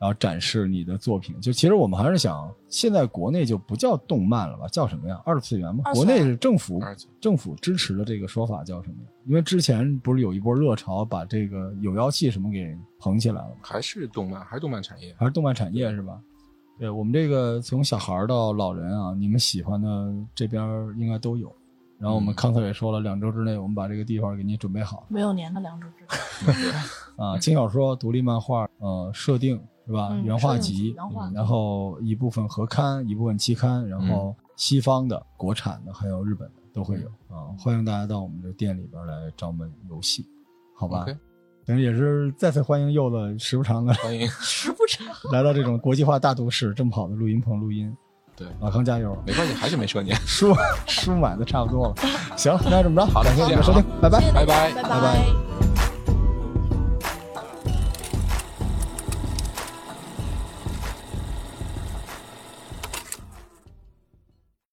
Speaker 1: 然后展示你的作品。就其实我们还是想，现在国内就不叫动漫了吧，叫什么呀？二次元嘛。
Speaker 2: 二次
Speaker 1: 国
Speaker 2: 元
Speaker 1: 内是政府
Speaker 3: 二次
Speaker 1: 政府支持的这个说法叫什么呀？因为之前不是有一波热潮把这个有妖气什么给捧起来了吗？
Speaker 3: 还是动漫，还是动漫产业，
Speaker 1: 还是动漫产业是吧？对我们这个从小孩儿到老人啊，你们喜欢的这边儿应该都有。然后我们
Speaker 3: 嗯
Speaker 1: 康特也说了，两周之内我们把这个地方给你准备好
Speaker 2: 没有年的两者之间，
Speaker 1: 啊，轻小说、独立漫画，呃，设定是吧？
Speaker 2: 嗯
Speaker 1: 原画
Speaker 2: 设定
Speaker 1: 集，
Speaker 2: 原画
Speaker 1: 嗯
Speaker 2: 集
Speaker 1: 然后一部分合刊，一部分期刊，然后
Speaker 3: 嗯
Speaker 1: 西方的、国产的，还有日本的都会有啊。欢迎大家到我们这店里边儿来找我们游戏，好吧
Speaker 3: OK，？
Speaker 1: 等于也是再次欢迎柚子时不常的
Speaker 3: 欢迎，
Speaker 2: 时不常。
Speaker 1: 来到这种国际化大都市这么好的录音棚录音。
Speaker 3: 对
Speaker 1: 老康加油，
Speaker 3: 没关系，还是没说年，
Speaker 1: 书书买的差不多了，行，那这么着，
Speaker 3: 好的
Speaker 1: 感谢你
Speaker 3: 这
Speaker 1: 们
Speaker 3: 样
Speaker 1: 收
Speaker 3: 啊
Speaker 1: 听，拜拜
Speaker 2: 谢谢。大家
Speaker 3: 拜
Speaker 2: 拜
Speaker 3: 拜
Speaker 1: 拜拜
Speaker 2: 拜